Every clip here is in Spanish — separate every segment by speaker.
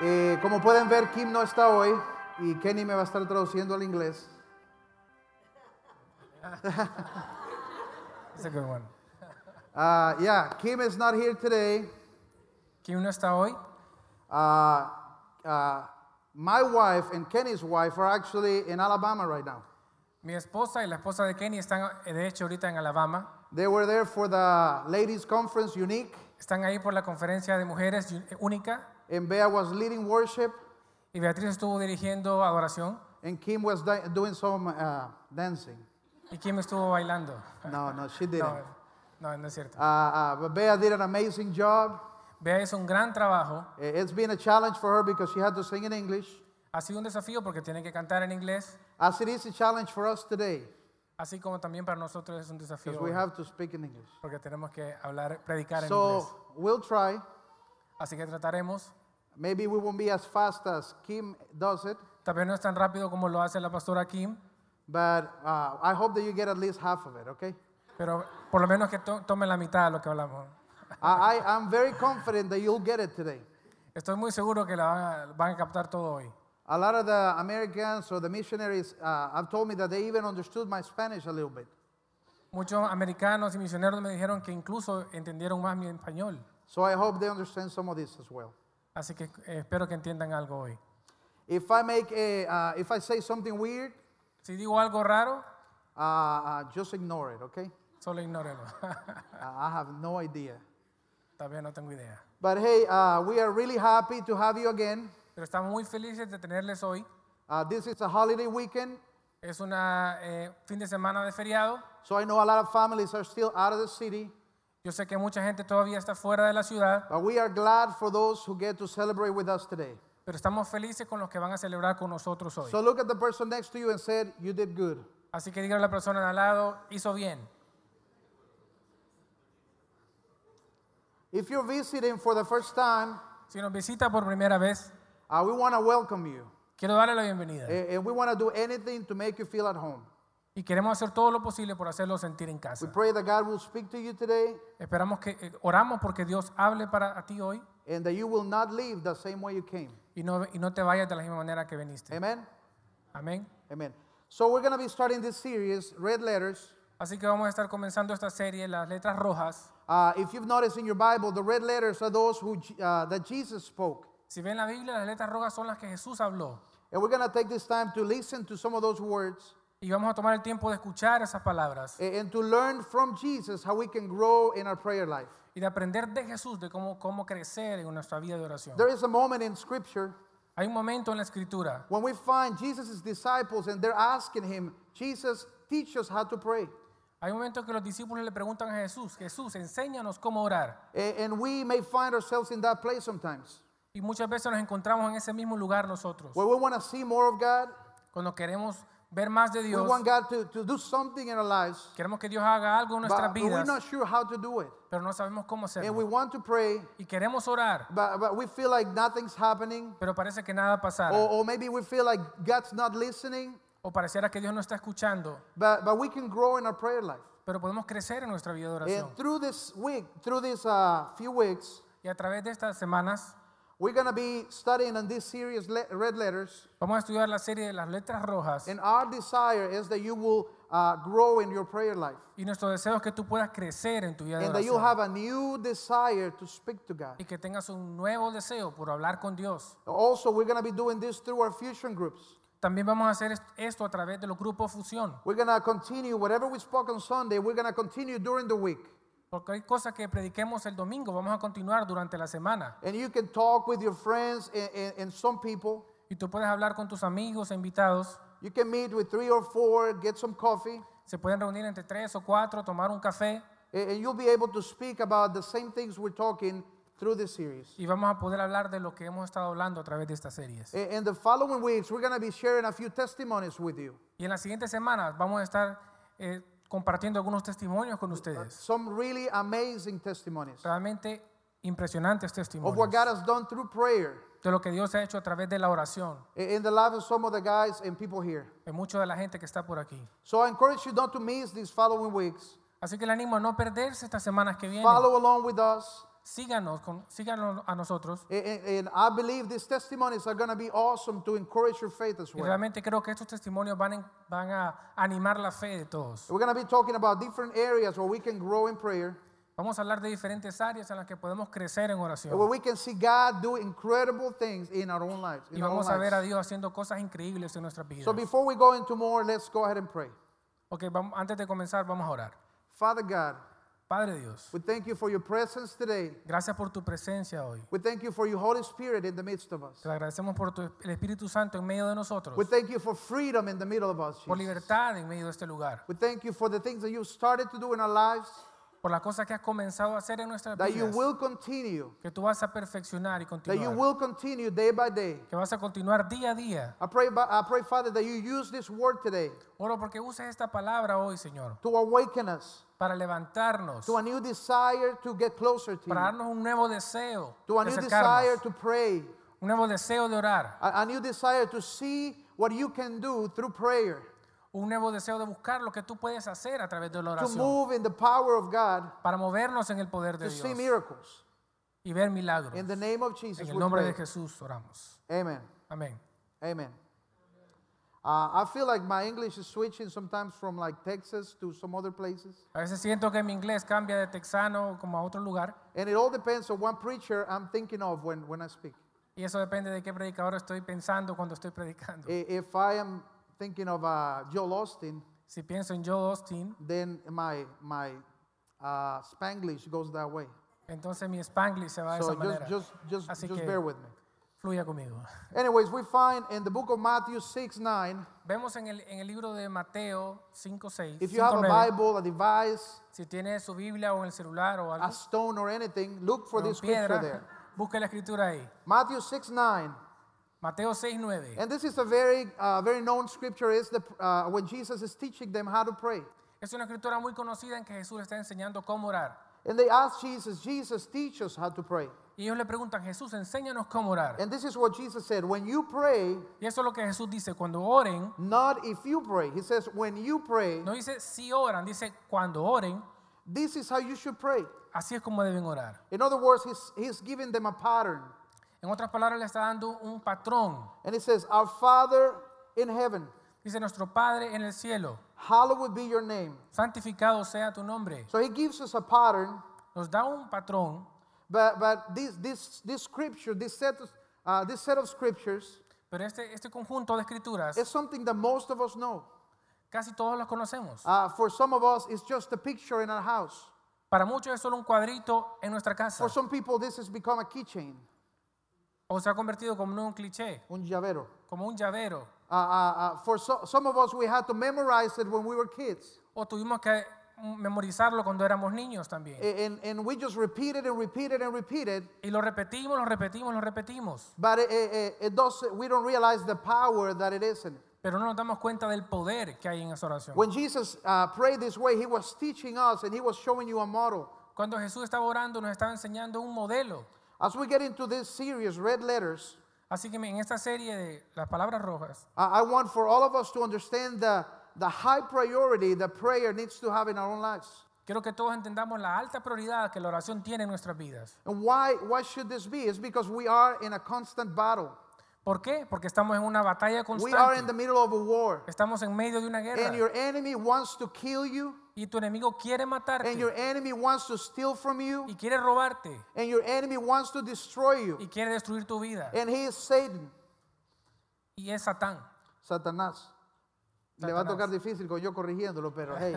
Speaker 1: Eh, como pueden ver, Kim no está hoy y Kenny me va a estar traduciendo al inglés.
Speaker 2: It's a good one.
Speaker 1: Uh, yeah, Kim is not here today.
Speaker 2: ¿Quién no está hoy?
Speaker 1: Uh, uh, my wife and Kenny's wife are actually in Alabama right now.
Speaker 2: Mi esposa y la esposa de Kenny están, eh, de hecho, ahorita en Alabama.
Speaker 1: They were there for the ladies' conference, Unique,
Speaker 2: Están ahí por la conferencia de mujeres Yu- única.
Speaker 1: and Bea was leading worship,
Speaker 2: Y Beatriz estuvo dirigiendo adoración.
Speaker 1: and Kim was di- doing some uh, dancing.
Speaker 2: ¿Y Kim estuvo bailando?
Speaker 1: No, no, she didn't.
Speaker 2: No, no, no es cierto.
Speaker 1: Uh, uh, but Bea did an amazing job.
Speaker 2: Bea hizo un gran trabajo.
Speaker 1: I- It's been a challenge for her because she had to sing in English,
Speaker 2: Ha sido un desafío porque tiene que cantar en inglés.
Speaker 1: as it is a challenge for us today,
Speaker 2: Así como también para nosotros es un desafío.
Speaker 1: because we have to speak in English.
Speaker 2: Porque tenemos que hablar, predicar en
Speaker 1: So
Speaker 2: inglés.
Speaker 1: we'll try.
Speaker 2: Así que trataremos.
Speaker 1: Maybe we won't be as fast as Kim does it,
Speaker 2: Tal vez no es tan rápido como lo hace la pastora Kim.
Speaker 1: but uh, I hope that you get at least half of it, okay?
Speaker 2: Pero por lo menos que to- tome la mitad de lo que hablamos.
Speaker 1: I, I, I'm very confident that you'll get it today.
Speaker 2: Estoy muy seguro que la van a, van a captar todo hoy.
Speaker 1: A lot of the Americans or the missionaries uh, have told me that they even understood my Spanish a little bit.
Speaker 2: Muchos americanos y misioneros me dijeron que incluso entendieron más mi español.
Speaker 1: So I hope they understand some of this as well.
Speaker 2: Así que eh, espero que entiendan algo hoy.
Speaker 1: If I make a, uh, if I say something weird,
Speaker 2: Si digo algo raro,
Speaker 1: uh, uh, just ignore it, okay?
Speaker 2: solo ignórelo.
Speaker 1: Uh, I have no idea.
Speaker 2: Tal vez no tengo idea.
Speaker 1: But hey, uh, we are really happy to have you again.
Speaker 2: Pero estamos muy felices de tenerles hoy.
Speaker 1: Uh, this is a holiday weekend,
Speaker 2: Es un fin de semana de feriado.
Speaker 1: so I know a lot of families are still out of the city,
Speaker 2: Yo sé que mucha gente todavía está fuera de la ciudad,
Speaker 1: but we are glad for those who get to celebrate with us today.
Speaker 2: pero estamos felices con los que van a celebrar con nosotros hoy.
Speaker 1: So look at the person next to you and said, "You did good."
Speaker 2: Así que dígale a la persona de al lado, hizo bien.
Speaker 1: If you're visiting for the first time,
Speaker 2: Si nos visita por primera vez,
Speaker 1: uh, we want to welcome you,
Speaker 2: quiero darle la bienvenida.
Speaker 1: A- and we want to do anything to make you feel at home.
Speaker 2: Y queremos hacer todo lo posible por hacerlo sentir en
Speaker 1: We
Speaker 2: casa.
Speaker 1: pray that God will speak to you today,
Speaker 2: Esperamos que eh, oramos porque Dios hable para a ti hoy
Speaker 1: and that you will not leave the same way you came.
Speaker 2: y no, y no te vayas de la misma manera que viniste.
Speaker 1: Amen.
Speaker 2: Amén.
Speaker 1: Amen. So we're going to be starting this series, Red Letters.
Speaker 2: Así que vamos a estar comenzando esta serie, las letras rojas.
Speaker 1: Uh, if you've noticed in your Bible, the red letters are those who, Je- uh, that Jesus spoke.
Speaker 2: Si ven la Biblia, las letras rojas son las que Jesús habló.
Speaker 1: And we're going to take this time to listen to some of those words
Speaker 2: Y vamos a tomar el tiempo de escuchar esas palabras
Speaker 1: a- and to learn from Jesus how we can grow in our prayer life.
Speaker 2: y de aprender de Jesús de cómo, cómo crecer en nuestra vida de oración.
Speaker 1: There is a moment in Scripture
Speaker 2: Hay un momento en la escritura
Speaker 1: when we find Jesus' disciples and they're asking him, Jesus, teach us how to pray.
Speaker 2: Hay un momento que los discípulos le preguntan a Jesús, Jesús, enséñanos cómo orar.
Speaker 1: A- And we may find ourselves in that place sometimes
Speaker 2: Y muchas veces nos encontramos en ese mismo lugar nosotros.
Speaker 1: where we want to see more of God.
Speaker 2: Cuando queremos ver más de
Speaker 1: We
Speaker 2: Dios,
Speaker 1: want God to, to do something in our lives,
Speaker 2: queremos que Dios haga algo en nuestras
Speaker 1: but we're
Speaker 2: vidas,
Speaker 1: not sure how to do it.
Speaker 2: pero no sabemos cómo
Speaker 1: And we
Speaker 2: hacerlo.
Speaker 1: want to pray,
Speaker 2: Y queremos orar,
Speaker 1: but, but we feel like nothing's happening.
Speaker 2: pero parece que nada pasará.
Speaker 1: Or, or maybe we feel like God's not listening,
Speaker 2: O pareciera que Dios no está escuchando,
Speaker 1: but, but we can grow in our prayer life.
Speaker 2: pero podemos crecer en nuestra vida de oración.
Speaker 1: And through this week, through these uh, few weeks,
Speaker 2: Y a través de estas semanas
Speaker 1: we're going to be studying on this series, le- Red Letters.
Speaker 2: vamos a estudiar la serie de las letras rojas.
Speaker 1: And our desire is that you will uh, grow in your prayer life
Speaker 2: Y nuestro deseo es que tú puedas crecer en tu vida de
Speaker 1: and that you'll have
Speaker 2: oración.
Speaker 1: a new desire to speak to God.
Speaker 2: Y que tengas un nuevo deseo por hablar con Dios.
Speaker 1: Also, we're going to be doing this through our fusion groups.
Speaker 2: También vamos a hacer est- esto a través de los grupos fusión.
Speaker 1: We're going to continue whatever we spoke on Sunday, we're going to continue during the week.
Speaker 2: Porque hay cosas que prediquemos el domingo, vamos a continuar durante la semana.
Speaker 1: And you can talk with your friends and- and, and some people.
Speaker 2: Y tú puedes hablar con tus amigos e invitados.
Speaker 1: You can meet with three or four, get some coffee,
Speaker 2: Se pueden reunir entre tres o cuatro, tomar un café
Speaker 1: a- and you'll be able to speak about the same things we're talking through this series.
Speaker 2: y vamos a poder hablar de lo que hemos estado hablando a través de estas series.
Speaker 1: A- In the following weeks, we're going to be sharing a few testimonies with you.
Speaker 2: Y en las siguientes semanas vamos a estar eh, compartiendo algunos testimonios con ustedes.
Speaker 1: Some really amazing testimonies
Speaker 2: Realmente impresionantes
Speaker 1: of what
Speaker 2: testimonios
Speaker 1: God has done through prayer
Speaker 2: de lo que Dios ha hecho a través de la oración
Speaker 1: i- in the life of some of the guys and people here.
Speaker 2: de mucha de la gente que está por aquí.
Speaker 1: So I encourage you not to miss these following weeks.
Speaker 2: Así que le animo a no perderse estas semanas que vienen.
Speaker 1: Follow along with us.
Speaker 2: síganos, con- síganos a nosotros.
Speaker 1: A- a- And, I believe these testimonies are going to be awesome to encourage your faith as
Speaker 2: Y
Speaker 1: well.
Speaker 2: realmente creo que estos testimonios van, en- van a animar la fe de todos.
Speaker 1: We're going to be talking about different areas where we can grow in prayer
Speaker 2: Vamos a hablar de diferentes áreas en las que podemos crecer en
Speaker 1: and where
Speaker 2: oración.
Speaker 1: we can see God do incredible things in our own lives.
Speaker 2: Y
Speaker 1: in our own
Speaker 2: vamos a ver a
Speaker 1: lives.
Speaker 2: Dios haciendo cosas increíbles en nuestras vidas.
Speaker 1: So before we go into more, let's go ahead and pray.
Speaker 2: Ok, vamos- antes de comenzar, vamos a orar.
Speaker 1: Father God,
Speaker 2: Padre Dios,
Speaker 1: we thank you for your presence today.
Speaker 2: gracias por tu presencia hoy.
Speaker 1: We thank you for your Holy Spirit in the midst of us.
Speaker 2: Te agradecemos por tu, el Espíritu Santo en medio de nosotros,
Speaker 1: We thank you for freedom in the middle of us.
Speaker 2: por
Speaker 1: Jesus.
Speaker 2: libertad en medio de este lugar,
Speaker 1: We thank you for the things that you started to do in our lives,
Speaker 2: por las cosas que has comenzado a hacer en nuestras
Speaker 1: that you
Speaker 2: vidas,
Speaker 1: will continue,
Speaker 2: que tú vas a perfeccionar
Speaker 1: that
Speaker 2: y
Speaker 1: you
Speaker 2: continuar,
Speaker 1: will continue day by day.
Speaker 2: que vas a continuar día a día.
Speaker 1: I pray, ba- I pray, Father, that you use this word today
Speaker 2: Oro porque uses esta palabra hoy, Señor,
Speaker 1: to awaken us
Speaker 2: para levantarnos,
Speaker 1: to a new desire to get closer to
Speaker 2: para
Speaker 1: you,
Speaker 2: darnos un nuevo deseo
Speaker 1: to a
Speaker 2: de
Speaker 1: new desire
Speaker 2: acercarnos,
Speaker 1: to pray,
Speaker 2: un nuevo deseo de orar,
Speaker 1: a, a new desire to see what you can do through prayer,
Speaker 2: un nuevo deseo de buscar lo que tú puedes hacer a través de la
Speaker 1: to
Speaker 2: oración,
Speaker 1: move in the power of God,
Speaker 2: para movernos en el poder de
Speaker 1: to see
Speaker 2: Dios
Speaker 1: miracles.
Speaker 2: y ver milagros.
Speaker 1: In the name of Jesus,
Speaker 2: En el
Speaker 1: we
Speaker 2: nombre
Speaker 1: pray.
Speaker 2: de Jesús oramos.
Speaker 1: Amen.
Speaker 2: Amén.
Speaker 1: Amen. Uh, I feel like my English is switching sometimes from like Texas to some other places.
Speaker 2: A veces siento que mi inglés cambia de texano como a otro lugar
Speaker 1: And it all depends on one preacher I'm thinking of when, when I speak.
Speaker 2: y eso depende de qué predicador estoy pensando cuando estoy predicando.
Speaker 1: I- If I am thinking of uh, Joel Austin,
Speaker 2: Si pienso en Joe Austin,
Speaker 1: then my, my uh, Spanglish goes that way.
Speaker 2: entonces mi spanglish se va de
Speaker 1: So just,
Speaker 2: esa manera.
Speaker 1: just, just,
Speaker 2: Así
Speaker 1: just
Speaker 2: que-
Speaker 1: bear with me.
Speaker 2: Fluya conmigo.
Speaker 1: Anyways, we find in the book of Matthew 6 9,
Speaker 2: Vemos en el, en el libro de Mateo 5, 6,
Speaker 1: if you have a Bible, a device,
Speaker 2: si tiene su Biblia o en el celular o algo,
Speaker 1: a stone, or anything, look for
Speaker 2: o en
Speaker 1: this scripture there.
Speaker 2: piedra, busque la escritura ahí.
Speaker 1: Matthew 6 9.
Speaker 2: Mateo 6, 9.
Speaker 1: And this is a very, uh, very known scripture. Is the uh, when Jesus is teaching them how to pray,
Speaker 2: Es una escritura muy conocida en que Jesús está enseñando cómo orar.
Speaker 1: and they ask Jesus, "Jesus, teach us how to pray."
Speaker 2: Y ellos le preguntan, Jesús, enséñanos cómo orar.
Speaker 1: And this is what Jesus said: When you pray,
Speaker 2: Y eso es lo que Jesús dice, cuando oren,
Speaker 1: not if you pray. He says, "When you pray,
Speaker 2: no dice si oran, dice cuando oren,
Speaker 1: this is how you should pray."
Speaker 2: así es como deben orar.
Speaker 1: In other words, he's, he's giving them a pattern,
Speaker 2: En otras palabras, le está dando un patrón.
Speaker 1: and he says, "Our Father in heaven,
Speaker 2: Dice, nuestro Padre en el cielo,
Speaker 1: hallowed be your name."
Speaker 2: santificado sea tu nombre.
Speaker 1: So he gives us a pattern,
Speaker 2: Nos da un patrón,
Speaker 1: but but this this this scripture, this set of- uh, this set of scriptures,
Speaker 2: pero este, este conjunto de escrituras
Speaker 1: is something that most of us know.
Speaker 2: casi todos los conocemos.
Speaker 1: Uh, for some of us, it's just a picture in our house.
Speaker 2: Para muchos es solo un cuadrito en nuestra casa
Speaker 1: For some people, this has become a keychain,
Speaker 2: o se ha convertido como en un cliché,
Speaker 1: un llavero.
Speaker 2: como un llavero.
Speaker 1: Uh, uh, uh, for so, some of us, we had to memorize it when we were kids.
Speaker 2: O tuvimos que mm, memorizarlo cuando éramos niños también.
Speaker 1: A- And, and we just repeat it and repeat it and repeat it,
Speaker 2: Y lo repetimos, lo repetimos, lo repetimos.
Speaker 1: but it, it, it- it doesn't, we don't realize the power that it is in it.
Speaker 2: Pero no nos damos cuenta del poder que hay en esa oración.
Speaker 1: When Jesus uh, prayed this way, he was teaching us and he was showing you a model.
Speaker 2: Cuando Jesús estaba orando, nos estaba enseñando un modelo.
Speaker 1: As we get into this series, Red Letters,
Speaker 2: Así que en esta serie de las palabras rojas,
Speaker 1: I I want for all of us to understand the, the high priority that prayer needs to have in our own lives.
Speaker 2: quiero que todos entendamos la alta prioridad que la oración tiene en nuestras vidas.
Speaker 1: And why, why should this be? It's because we are in a constant battle.
Speaker 2: ¿Por qué? Porque estamos en una batalla
Speaker 1: We are in the
Speaker 2: constante.
Speaker 1: middle of a war.
Speaker 2: Estamos en medio de una
Speaker 1: And
Speaker 2: guerra
Speaker 1: your enemy wants to kill you,
Speaker 2: y tu enemigo quiere
Speaker 1: and your
Speaker 2: matarte
Speaker 1: enemy wants to steal from you,
Speaker 2: y quiere robarte
Speaker 1: and your enemy wants to destroy you.
Speaker 2: y quiere destruir tu vida.
Speaker 1: And he is Satan,
Speaker 2: Y es Satán.
Speaker 1: Satanás. Le va a tocar difícil con yo corrigiéndolo, pero hey,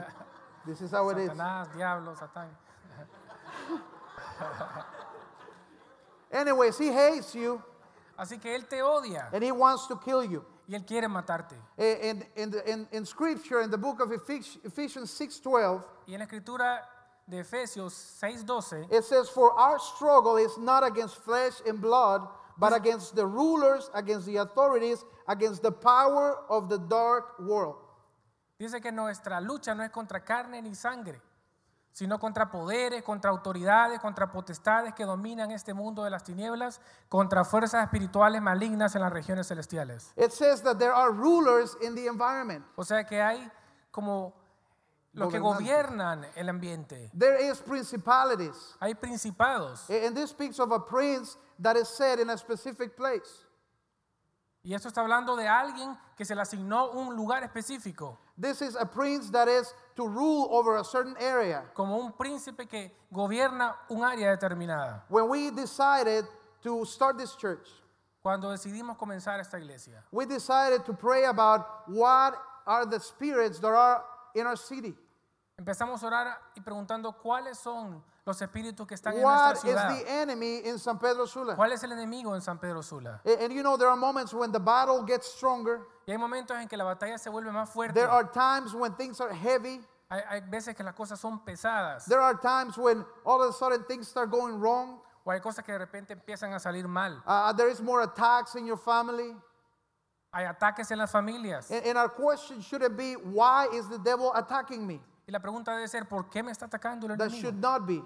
Speaker 1: this is how it is.
Speaker 2: Satanás, diablo, Satán.
Speaker 1: Anyways, he hates you
Speaker 2: Así que él te odia
Speaker 1: and he wants to kill you.
Speaker 2: y él quiere matarte.
Speaker 1: A- And in, the- in, in scripture, in the book of Ephes- Ephesians 6:12,
Speaker 2: Y en la escritura de Efesios 6:12
Speaker 1: It says, For our struggle is not against flesh and blood, but against the rulers, against the authorities, against the power of the dark world.
Speaker 2: dice que nuestra lucha no es contra carne ni sangre, sino contra poderes, contra autoridades, contra potestades que dominan este mundo de las tinieblas, contra fuerzas espirituales malignas en las regiones celestiales.
Speaker 1: It says that there are rulers in the environment.
Speaker 2: O sea que hay como los que
Speaker 1: gobernantes.
Speaker 2: gobiernan el ambiente.
Speaker 1: There is principalities.
Speaker 2: Hay principados.
Speaker 1: A- And this speaks of a prince that is set in a specific place.
Speaker 2: Y esto está hablando de alguien que se le asignó un lugar específico,
Speaker 1: This is a prince that is to rule over a certain area.
Speaker 2: como un príncipe que gobierna un área determinada.
Speaker 1: When we decided to start this church,
Speaker 2: Cuando decidimos comenzar esta iglesia,
Speaker 1: we decided to pray about what are the spirits that are in our city.
Speaker 2: empezamos a orar y preguntando cuáles son los espíritus que están en
Speaker 1: What
Speaker 2: nuestra
Speaker 1: is
Speaker 2: ciudad.
Speaker 1: the enemy in San Pedro Sula?
Speaker 2: ¿Cuál es el enemigo en San Pedro Sula?
Speaker 1: A- And you know, there are moments when the battle gets stronger.
Speaker 2: Y hay momentos en que la batalla se vuelve más fuerte.
Speaker 1: There are times when things are heavy.
Speaker 2: Hay, hay veces que las cosas son pesadas.
Speaker 1: There are times when all of a sudden things start going wrong.
Speaker 2: O hay cosas que de repente empiezan a salir mal.
Speaker 1: Uh, there is more attacks in your family.
Speaker 2: Hay ataques en las familias.
Speaker 1: And, and our question shouldn't be, why is the devil attacking me?
Speaker 2: Y la pregunta debe ser, ¿por qué me está atacando el
Speaker 1: That
Speaker 2: enemigo?
Speaker 1: should not be.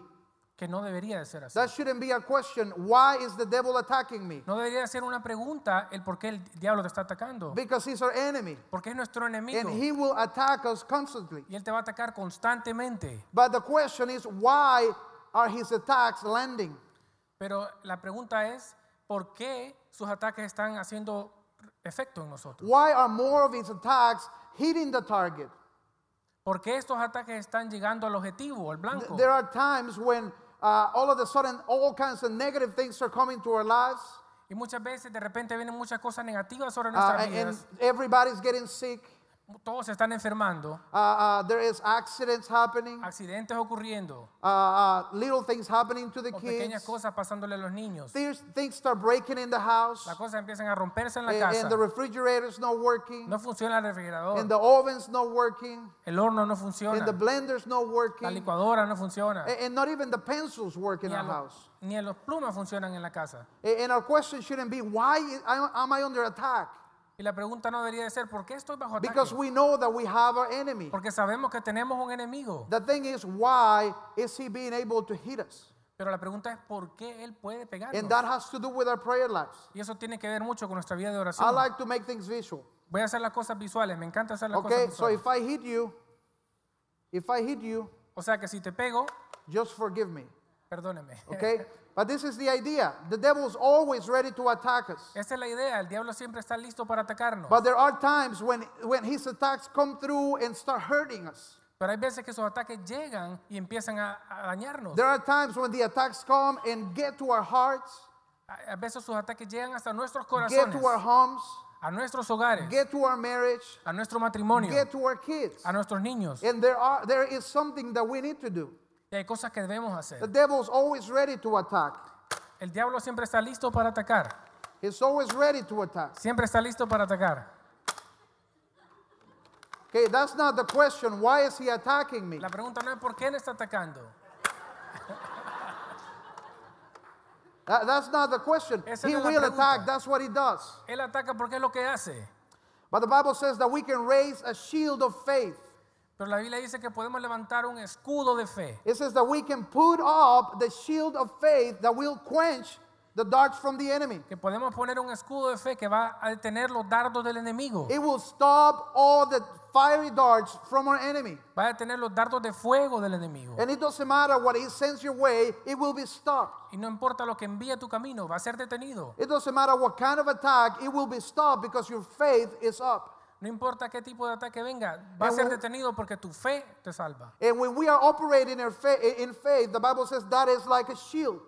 Speaker 2: Que no debería de ser así.
Speaker 1: That shouldn't be our question. Why is the devil attacking me?
Speaker 2: No debería ser una pregunta el por qué el diablo te está atacando.
Speaker 1: Because he's our enemy.
Speaker 2: Porque es nuestro enemigo.
Speaker 1: And he will attack us constantly.
Speaker 2: Y él te va a atacar constantemente.
Speaker 1: But the question is, why are his attacks landing?
Speaker 2: Pero la pregunta es, ¿por qué sus ataques están haciendo efecto en nosotros?
Speaker 1: Why are more of his attacks hitting the target?
Speaker 2: ¿Por qué estos ataques están llegando al objetivo, al
Speaker 1: Th-
Speaker 2: blanco?
Speaker 1: There are times when uh, all of a sudden all kinds of negative things are coming to our lives,
Speaker 2: Y muchas veces de repente vienen muchas cosas negativas sobre
Speaker 1: uh,
Speaker 2: nuestras
Speaker 1: and- and
Speaker 2: vidas.
Speaker 1: everybody's getting sick.
Speaker 2: Todos se están enfermando,
Speaker 1: Uh, uh, there is accidents happening,
Speaker 2: accidentes ocurriendo,
Speaker 1: uh, uh, little things happening to the
Speaker 2: o pequeñas
Speaker 1: kids.
Speaker 2: cosas pasándole a los niños.
Speaker 1: Things, things start breaking in the house,
Speaker 2: Las cosas empiezan a romperse en
Speaker 1: and,
Speaker 2: la
Speaker 1: and
Speaker 2: casa.
Speaker 1: Eh, the refrigerator's not working,
Speaker 2: No funciona el
Speaker 1: and
Speaker 2: refrigerador,
Speaker 1: the oven's not working,
Speaker 2: el horno no
Speaker 1: and the
Speaker 2: funciona,
Speaker 1: blender's not
Speaker 2: la
Speaker 1: working,
Speaker 2: licuadora no funciona,
Speaker 1: and, and not even the pencils work in
Speaker 2: ni, a
Speaker 1: our
Speaker 2: lo-
Speaker 1: house.
Speaker 2: ni a los plumas funcionan en la casa.
Speaker 1: A- And our question shouldn't be, why am- am I under attack?
Speaker 2: Y la pregunta no debería de ser, ¿por qué estoy bajo ataque?
Speaker 1: Because we know that we have our enemy.
Speaker 2: Porque sabemos que tenemos un enemigo.
Speaker 1: The thing is, why is he being able to hit us?
Speaker 2: Pero la pregunta es, ¿por qué él puede
Speaker 1: And
Speaker 2: pegarnos?
Speaker 1: that has to do with our prayer lives.
Speaker 2: Y eso tiene que ver mucho con nuestra vida de
Speaker 1: I
Speaker 2: oración.
Speaker 1: like to make things visual.
Speaker 2: Voy a hacer las cosas visuales, me encanta hacer las
Speaker 1: Okay,
Speaker 2: cosas
Speaker 1: so
Speaker 2: visuales.
Speaker 1: if I hit you, if I hit you,
Speaker 2: O sea que si te pego,
Speaker 1: just forgive me.
Speaker 2: perdóneme.
Speaker 1: Okay? But this is the idea. The devil's always ready to attack us.
Speaker 2: Esa es la idea, el diablo siempre está listo para atacarnos.
Speaker 1: But there are times when, when his attacks come through and start hurting us.
Speaker 2: Pero hay veces que esos ataques llegan y empiezan a, a dañarnos.
Speaker 1: There are times when the attacks come and get to our hearts,
Speaker 2: A a veces sus ataques llegan hasta nuestros
Speaker 1: get
Speaker 2: corazones,
Speaker 1: to our homes,
Speaker 2: a nuestros hogares,
Speaker 1: get to our marriage,
Speaker 2: a nuestro matrimonio,
Speaker 1: get to our kids.
Speaker 2: a nuestros niños.
Speaker 1: And there are there is something that we need to do.
Speaker 2: Y hay cosas que debemos
Speaker 1: The
Speaker 2: hacer.
Speaker 1: devil's always ready to attack.
Speaker 2: El diablo siempre está listo para atacar.
Speaker 1: He's always ready to attack.
Speaker 2: Siempre está listo para atacar.
Speaker 1: Okay, that's not the question. Why is he attacking me?
Speaker 2: La pregunta no es por qué él está atacando.
Speaker 1: That- that's not the question.
Speaker 2: Esa
Speaker 1: He
Speaker 2: no es la
Speaker 1: will
Speaker 2: pregunta.
Speaker 1: attack. That's what he does.
Speaker 2: Él ataca porque es lo que hace.
Speaker 1: But the Bible says that we can raise a shield of faith.
Speaker 2: Pero la Biblia dice que podemos levantar un escudo de fe.
Speaker 1: It says that we can put up the shield of faith that will quench the darts from the enemy.
Speaker 2: Que podemos poner un escudo de fe que va a detener los dardos del enemigo.
Speaker 1: It will stop all the fiery darts from our enemy.
Speaker 2: Va a detener los dardos de fuego del enemigo.
Speaker 1: And it doesn't matter what he sends your way, it will be stopped.
Speaker 2: Y no importa lo que envíe a tu camino, va a ser detenido.
Speaker 1: It doesn't matter what kind of attack, it will be stopped because your faith is up.
Speaker 2: No importa qué tipo de ataque venga, va a
Speaker 1: And
Speaker 2: ser
Speaker 1: when-
Speaker 2: detenido porque tu fe te salva.
Speaker 1: And when we are operating in faith, in faith, the Bible says that is like a shield.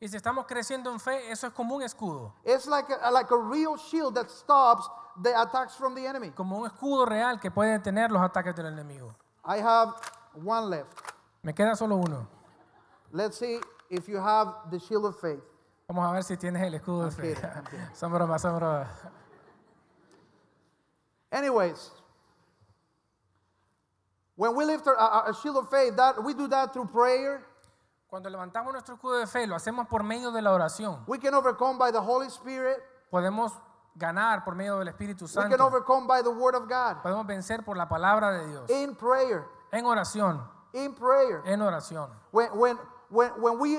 Speaker 2: Y si estamos creciendo en fe, eso es como un escudo,
Speaker 1: It's like a, like a real shield that stops the attacks from the enemy.
Speaker 2: como un escudo real que puede detener los ataques del enemigo.
Speaker 1: I have one left.
Speaker 2: Me queda solo uno.
Speaker 1: Let's see if you have the shield of faith.
Speaker 2: Vamos a ver si tienes el escudo de fe.
Speaker 1: kidding, I'm kidding.
Speaker 2: Son bromas, son bromas.
Speaker 1: Anyways, when we lift our, our- our shield of faith, that we do that through prayer.
Speaker 2: Cuando levantamos nuestro escudo de fe, lo hacemos por medio de la oración.
Speaker 1: We can overcome by the Holy Spirit.
Speaker 2: Podemos ganar por medio del Espíritu
Speaker 1: We can
Speaker 2: Santo.
Speaker 1: overcome by the Word of God.
Speaker 2: Podemos vencer por la palabra de Dios.
Speaker 1: In prayer.
Speaker 2: En oración,
Speaker 1: In prayer.
Speaker 2: en oración.
Speaker 1: when, when, when, when, we,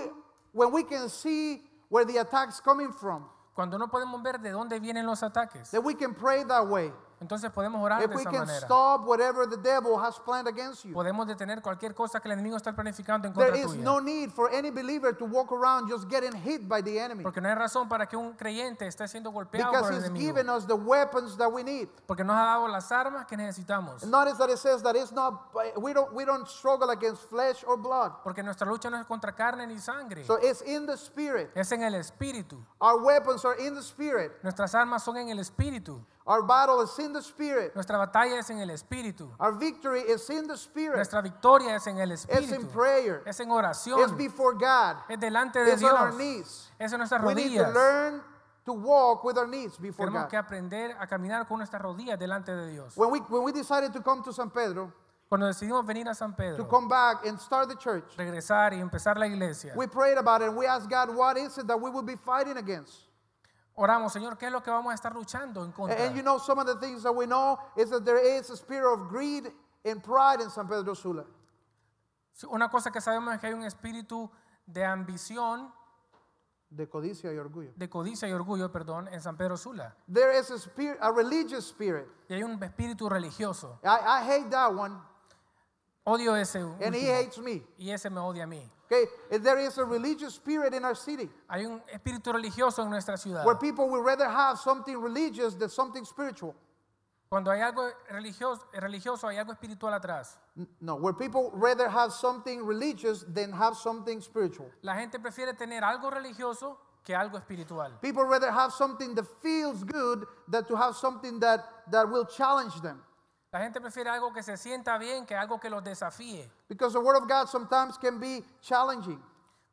Speaker 1: when we can see where the attack's coming from,
Speaker 2: Cuando no podemos ver de dónde vienen los ataques,
Speaker 1: that we can pray that way.
Speaker 2: Entonces podemos orar
Speaker 1: If
Speaker 2: de
Speaker 1: we
Speaker 2: esa
Speaker 1: can
Speaker 2: manera.
Speaker 1: stop whatever the devil has planned against you,
Speaker 2: Podemos detener cualquier cosa que el enemigo está planificando en
Speaker 1: there
Speaker 2: contra
Speaker 1: is
Speaker 2: tuya.
Speaker 1: no need for any believer to walk around just getting hit by the enemy
Speaker 2: Porque no hay razón para que un creyente esté siendo golpeado por
Speaker 1: because
Speaker 2: el
Speaker 1: he's
Speaker 2: enemigo.
Speaker 1: given us the weapons that we need.
Speaker 2: Porque nos ha dado las armas que necesitamos.
Speaker 1: Notice that it says that it's not we don't we don't struggle against flesh or blood.
Speaker 2: Porque nuestra lucha no es contra carne ni sangre.
Speaker 1: So it's in the spirit.
Speaker 2: es en el espíritu.
Speaker 1: Our weapons are in the spirit.
Speaker 2: Nuestras armas son en el espíritu.
Speaker 1: Our battle is in the spirit.
Speaker 2: Nuestra batalla es en el espíritu.
Speaker 1: Our victory is in the spirit.
Speaker 2: Nuestra victoria es en el
Speaker 1: It's in
Speaker 2: espíritu.
Speaker 1: prayer.
Speaker 2: Es en
Speaker 1: It's
Speaker 2: oración.
Speaker 1: before God.
Speaker 2: Es delante de
Speaker 1: It's on our
Speaker 2: Dios.
Speaker 1: knees.
Speaker 2: Es en nuestras
Speaker 1: We need to
Speaker 2: rodillas.
Speaker 1: learn to walk with our knees before
Speaker 2: Tenemos que
Speaker 1: God.
Speaker 2: aprender a caminar con nuestras rodillas delante de Dios.
Speaker 1: When we when we decided to come to San Pedro,
Speaker 2: Cuando decidimos venir a San
Speaker 1: to
Speaker 2: Pedro,
Speaker 1: come back and start the church,
Speaker 2: regresar y empezar la iglesia,
Speaker 1: we prayed about it and we asked God, what is it that we will be fighting against?
Speaker 2: oramos, Señor, ¿qué es lo que vamos a estar luchando en
Speaker 1: And,
Speaker 2: contra?
Speaker 1: and you know, some of the things that we know is that there is a spirit of greed and pride in San Pedro Sula.
Speaker 2: Sí, Una cosa que sabemos es que hay un espíritu de ambición,
Speaker 1: De codicia y orgullo.
Speaker 2: de codicia y orgullo, perdón, en San Pedro Sula.
Speaker 1: There is a spirit, a religious spirit.
Speaker 2: Y hay un espíritu religioso.
Speaker 1: I, I hate that one,
Speaker 2: Odio ese
Speaker 1: and he
Speaker 2: último,
Speaker 1: hates me.
Speaker 2: y ese me odia a mí.
Speaker 1: Okay, If there is a religious spirit in our city
Speaker 2: Hay un espíritu religioso en nuestra ciudad.
Speaker 1: where people would rather have something religious than something spiritual.
Speaker 2: Cuando hay algo religioso, religioso, hay algo espiritual atrás.
Speaker 1: N- No, where people rather have something religious than have something spiritual.
Speaker 2: La gente prefiere tener algo religioso que algo espiritual.
Speaker 1: People rather have something that feels good than to have something that, that will challenge them.
Speaker 2: La gente prefiere algo que se sienta bien que algo que los desafíe.
Speaker 1: Because the Word of God sometimes can be challenging.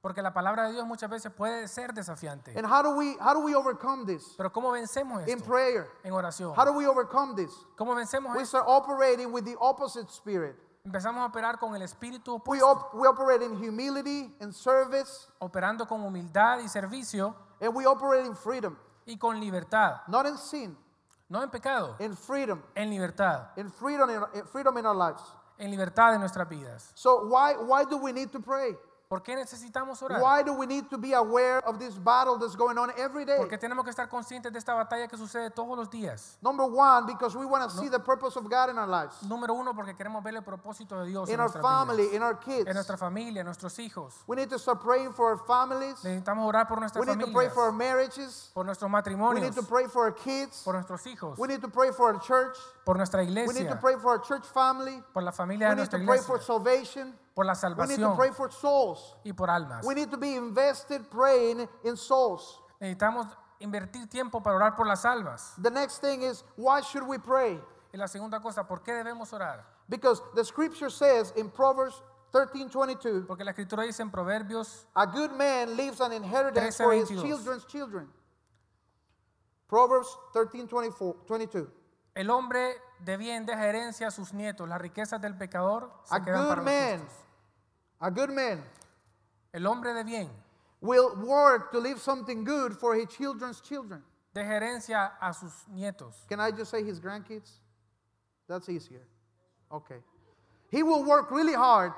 Speaker 2: Porque la palabra de Dios muchas veces puede ser desafiante.
Speaker 1: And how do we how do we overcome this?
Speaker 2: Pero ¿cómo vencemos
Speaker 1: In
Speaker 2: esto?
Speaker 1: prayer.
Speaker 2: En oración.
Speaker 1: How do we overcome this?
Speaker 2: ¿Cómo vencemos
Speaker 1: We
Speaker 2: esto?
Speaker 1: start operating with the opposite spirit.
Speaker 2: Empezamos a operar con el espíritu
Speaker 1: We,
Speaker 2: opuesto,
Speaker 1: op- we operate in humility and service,
Speaker 2: operando con humildad y servicio
Speaker 1: and we operate in freedom,
Speaker 2: y con libertad.
Speaker 1: not in sin,
Speaker 2: No en pecado,
Speaker 1: in freedom,
Speaker 2: en libertad,
Speaker 1: in freedom in, in freedom in our lives.
Speaker 2: en libertad de nuestras vidas.
Speaker 1: So why why do we need to pray?
Speaker 2: ¿Por qué necesitamos orar?
Speaker 1: Why do we need to be aware of this battle that's going on every day?
Speaker 2: Porque tenemos que estar conscientes de esta batalla que sucede todos los días.
Speaker 1: Number one, because we want to see the purpose of God in our lives,
Speaker 2: Número uno, porque queremos ver el propósito de Dios en,
Speaker 1: in our
Speaker 2: nuestras
Speaker 1: family,
Speaker 2: vidas,
Speaker 1: in our kids.
Speaker 2: en nuestra familia, en nuestros hijos.
Speaker 1: We need to start praying for our families.
Speaker 2: Necesitamos orar por nuestras
Speaker 1: We need to pray
Speaker 2: familias,
Speaker 1: for our marriages.
Speaker 2: por nuestros
Speaker 1: We need
Speaker 2: matrimonios,
Speaker 1: to pray for our kids.
Speaker 2: por nuestros hijos,
Speaker 1: We need to pray for our church.
Speaker 2: por nuestra
Speaker 1: We need to
Speaker 2: iglesia,
Speaker 1: pray for our church family.
Speaker 2: por la familia
Speaker 1: We need
Speaker 2: de nuestra
Speaker 1: to pray for
Speaker 2: iglesia,
Speaker 1: salvation.
Speaker 2: por
Speaker 1: We
Speaker 2: la
Speaker 1: need to
Speaker 2: salvación
Speaker 1: pray for souls.
Speaker 2: y por almas.
Speaker 1: We need to be invested praying in souls.
Speaker 2: Necesitamos invertir tiempo para orar por las almas.
Speaker 1: The next thing is why should we pray?
Speaker 2: Y la segunda cosa, ¿por qué debemos orar?
Speaker 1: Because the scripture says in Proverbs 13:22,
Speaker 2: Porque la escritura dice en Proverbios,
Speaker 1: a good man leaves an inheritance for his
Speaker 2: 13:22.
Speaker 1: children's children. Proverbs 13:24 22.
Speaker 2: el hombre de bien deja herencia a sus nietos, las riquezas del pecador
Speaker 1: A
Speaker 2: se quedan para
Speaker 1: good
Speaker 2: los
Speaker 1: man,
Speaker 2: justos.
Speaker 1: a good man
Speaker 2: El hombre de bien
Speaker 1: will work to leave something good for his children's children.
Speaker 2: deja herencia a sus nietos.
Speaker 1: Can I just say his grandkids? That's easier. Okay. He will work really hard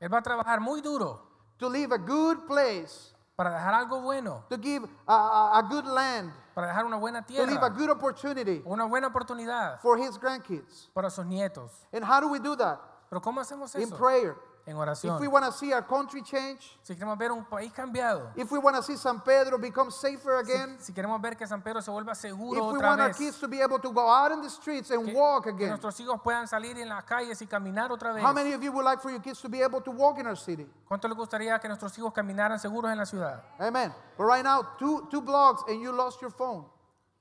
Speaker 2: Él va a trabajar muy duro
Speaker 1: to leave a good place,
Speaker 2: para dejar algo bueno,
Speaker 1: to give a, a, a good land,
Speaker 2: para dejar una buena
Speaker 1: to leave a
Speaker 2: tierra,
Speaker 1: good opportunity
Speaker 2: una buena oportunidad
Speaker 1: for his grandkids.
Speaker 2: para sus nietos.
Speaker 1: And how do we do that?
Speaker 2: Pero ¿cómo hacemos
Speaker 1: In
Speaker 2: eso?
Speaker 1: prayer.
Speaker 2: En
Speaker 1: If we
Speaker 2: oración.
Speaker 1: want to see our country change,
Speaker 2: Si queremos ver un país cambiado,
Speaker 1: if we want to see San Pedro become safer again,
Speaker 2: si queremos ver que San Pedro se vuelva
Speaker 1: if we
Speaker 2: seguro otra
Speaker 1: want our
Speaker 2: vez,
Speaker 1: kids to be able to go out in the streets and
Speaker 2: que-
Speaker 1: walk
Speaker 2: que
Speaker 1: again,
Speaker 2: nuestros hijos puedan salir en las calles y caminar otra vez.
Speaker 1: How many of you would like for your kids to be able to walk in our city?
Speaker 2: ¿Cuánto les gustaría que nuestros hijos caminaran seguros en la ciudad?
Speaker 1: Amen. But right now, two, two blocks and you lost your phone.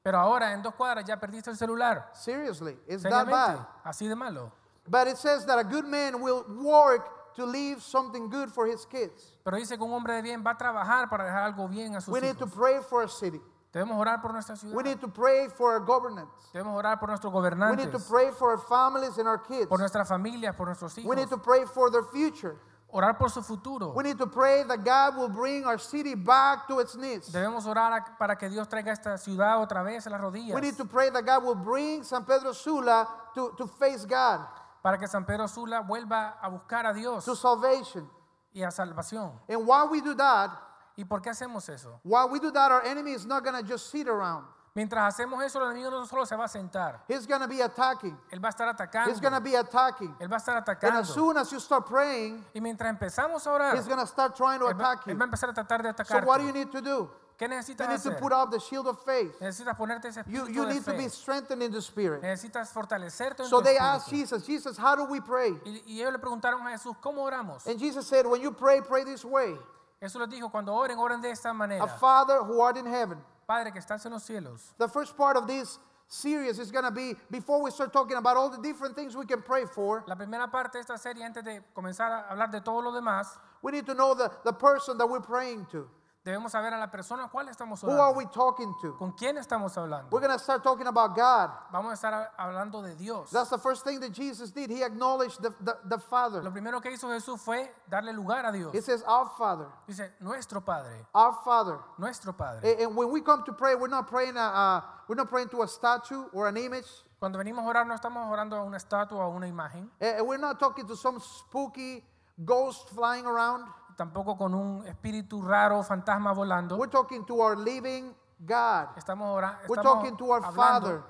Speaker 2: Pero ahora en dos cuadras ya perdiste el celular.
Speaker 1: Seriously, it's that bad.
Speaker 2: Seriamente, así de malo.
Speaker 1: But it says that a good man will work to leave something good for his kids.
Speaker 2: Pero dice que un hombre de bien va a trabajar para dejar algo bien a sus
Speaker 1: We need to
Speaker 2: hijos.
Speaker 1: pray for our city.
Speaker 2: Debemos orar por nuestra ciudad.
Speaker 1: We need to pray for our government.
Speaker 2: Debemos orar por nuestros
Speaker 1: We need to
Speaker 2: gobernantes,
Speaker 1: pray for our families and our kids.
Speaker 2: por nuestras familias, por nuestros hijos.
Speaker 1: We need to pray for their future.
Speaker 2: Orar por su futuro.
Speaker 1: We need to pray that God will bring our city back to its knees.
Speaker 2: Debemos orar a- para que Dios traiga esta ciudad otra vez a las rodillas.
Speaker 1: We need to pray that God will bring San Pedro Sula to, to face God,
Speaker 2: Para que San Pedro Sula vuelva a buscar a Dios
Speaker 1: to salvation.
Speaker 2: y a salvación.
Speaker 1: And while we do that,
Speaker 2: ¿Y por qué hacemos eso?
Speaker 1: while we do that, our enemy is not going to just sit around.
Speaker 2: Mientras hacemos eso, el enemigo no solo se va a sentar,
Speaker 1: He's going to be attacking.
Speaker 2: él va a estar atacando.
Speaker 1: He's going to be attacking.
Speaker 2: Él va a estar
Speaker 1: And as
Speaker 2: atacando.
Speaker 1: soon as you start praying,
Speaker 2: Y mientras empezamos a orar,
Speaker 1: he's going to start trying to
Speaker 2: él va,
Speaker 1: attack
Speaker 2: él
Speaker 1: you.
Speaker 2: va a empezar a tratar de
Speaker 1: So
Speaker 2: atacar.
Speaker 1: what do you need to do?
Speaker 2: ¿Qué
Speaker 1: You
Speaker 2: necesitas
Speaker 1: need to
Speaker 2: hacer?
Speaker 1: put up the shield of faith.
Speaker 2: Necesitas ponerte ese
Speaker 1: You,
Speaker 2: espíritu
Speaker 1: you
Speaker 2: de
Speaker 1: need to be
Speaker 2: fe.
Speaker 1: strengthened in the spirit.
Speaker 2: Necesitas fortalecerte en
Speaker 1: So
Speaker 2: tu
Speaker 1: they
Speaker 2: espíritu.
Speaker 1: asked Jesus, Jesus, Eh, how do we pray?
Speaker 2: Y, y ellos le preguntaron a Jesús, ¿cómo oramos?
Speaker 1: And Jesus said, when you pray, pray this way.
Speaker 2: Jesús les dijo, cuando oren, oren de esta manera.
Speaker 1: A Father who art in heaven.
Speaker 2: Padre que estás en los cielos.
Speaker 1: The first part of this series is going to be before we start talking about all the different things we can pray for,
Speaker 2: La primera parte de esta serie, antes de comenzar a hablar de todo lo demás,
Speaker 1: we need to know the, the person that we're praying to.
Speaker 2: debemos saber a la persona a cuál estamos
Speaker 1: Who are
Speaker 2: orando.
Speaker 1: we talking to?
Speaker 2: ¿Con quién estamos hablando?
Speaker 1: We're going to start talking about God.
Speaker 2: Vamos a estar a- hablando de Dios.
Speaker 1: That's the first thing that Jesus did. He acknowledged the, the, the
Speaker 2: Lo
Speaker 1: Father.
Speaker 2: primero que hizo Jesús fue darle lugar a Dios.
Speaker 1: He says, Our Father,
Speaker 2: Dice, nuestro Padre,
Speaker 1: our Father.
Speaker 2: nuestro Padre.
Speaker 1: A- And when we come to pray, we're not praying, a, a, we're not praying to a statue or an image.
Speaker 2: Cuando venimos a orar, no estamos orando a una estatua o a una imagen,
Speaker 1: A- And we're not talking to some spooky ghost flying around.
Speaker 2: tampoco con un espíritu raro o fantasma volando.
Speaker 1: We're talking to our living God.
Speaker 2: Estamos, ora-
Speaker 1: We're
Speaker 2: estamos
Speaker 1: talking to our
Speaker 2: hablando
Speaker 1: Father.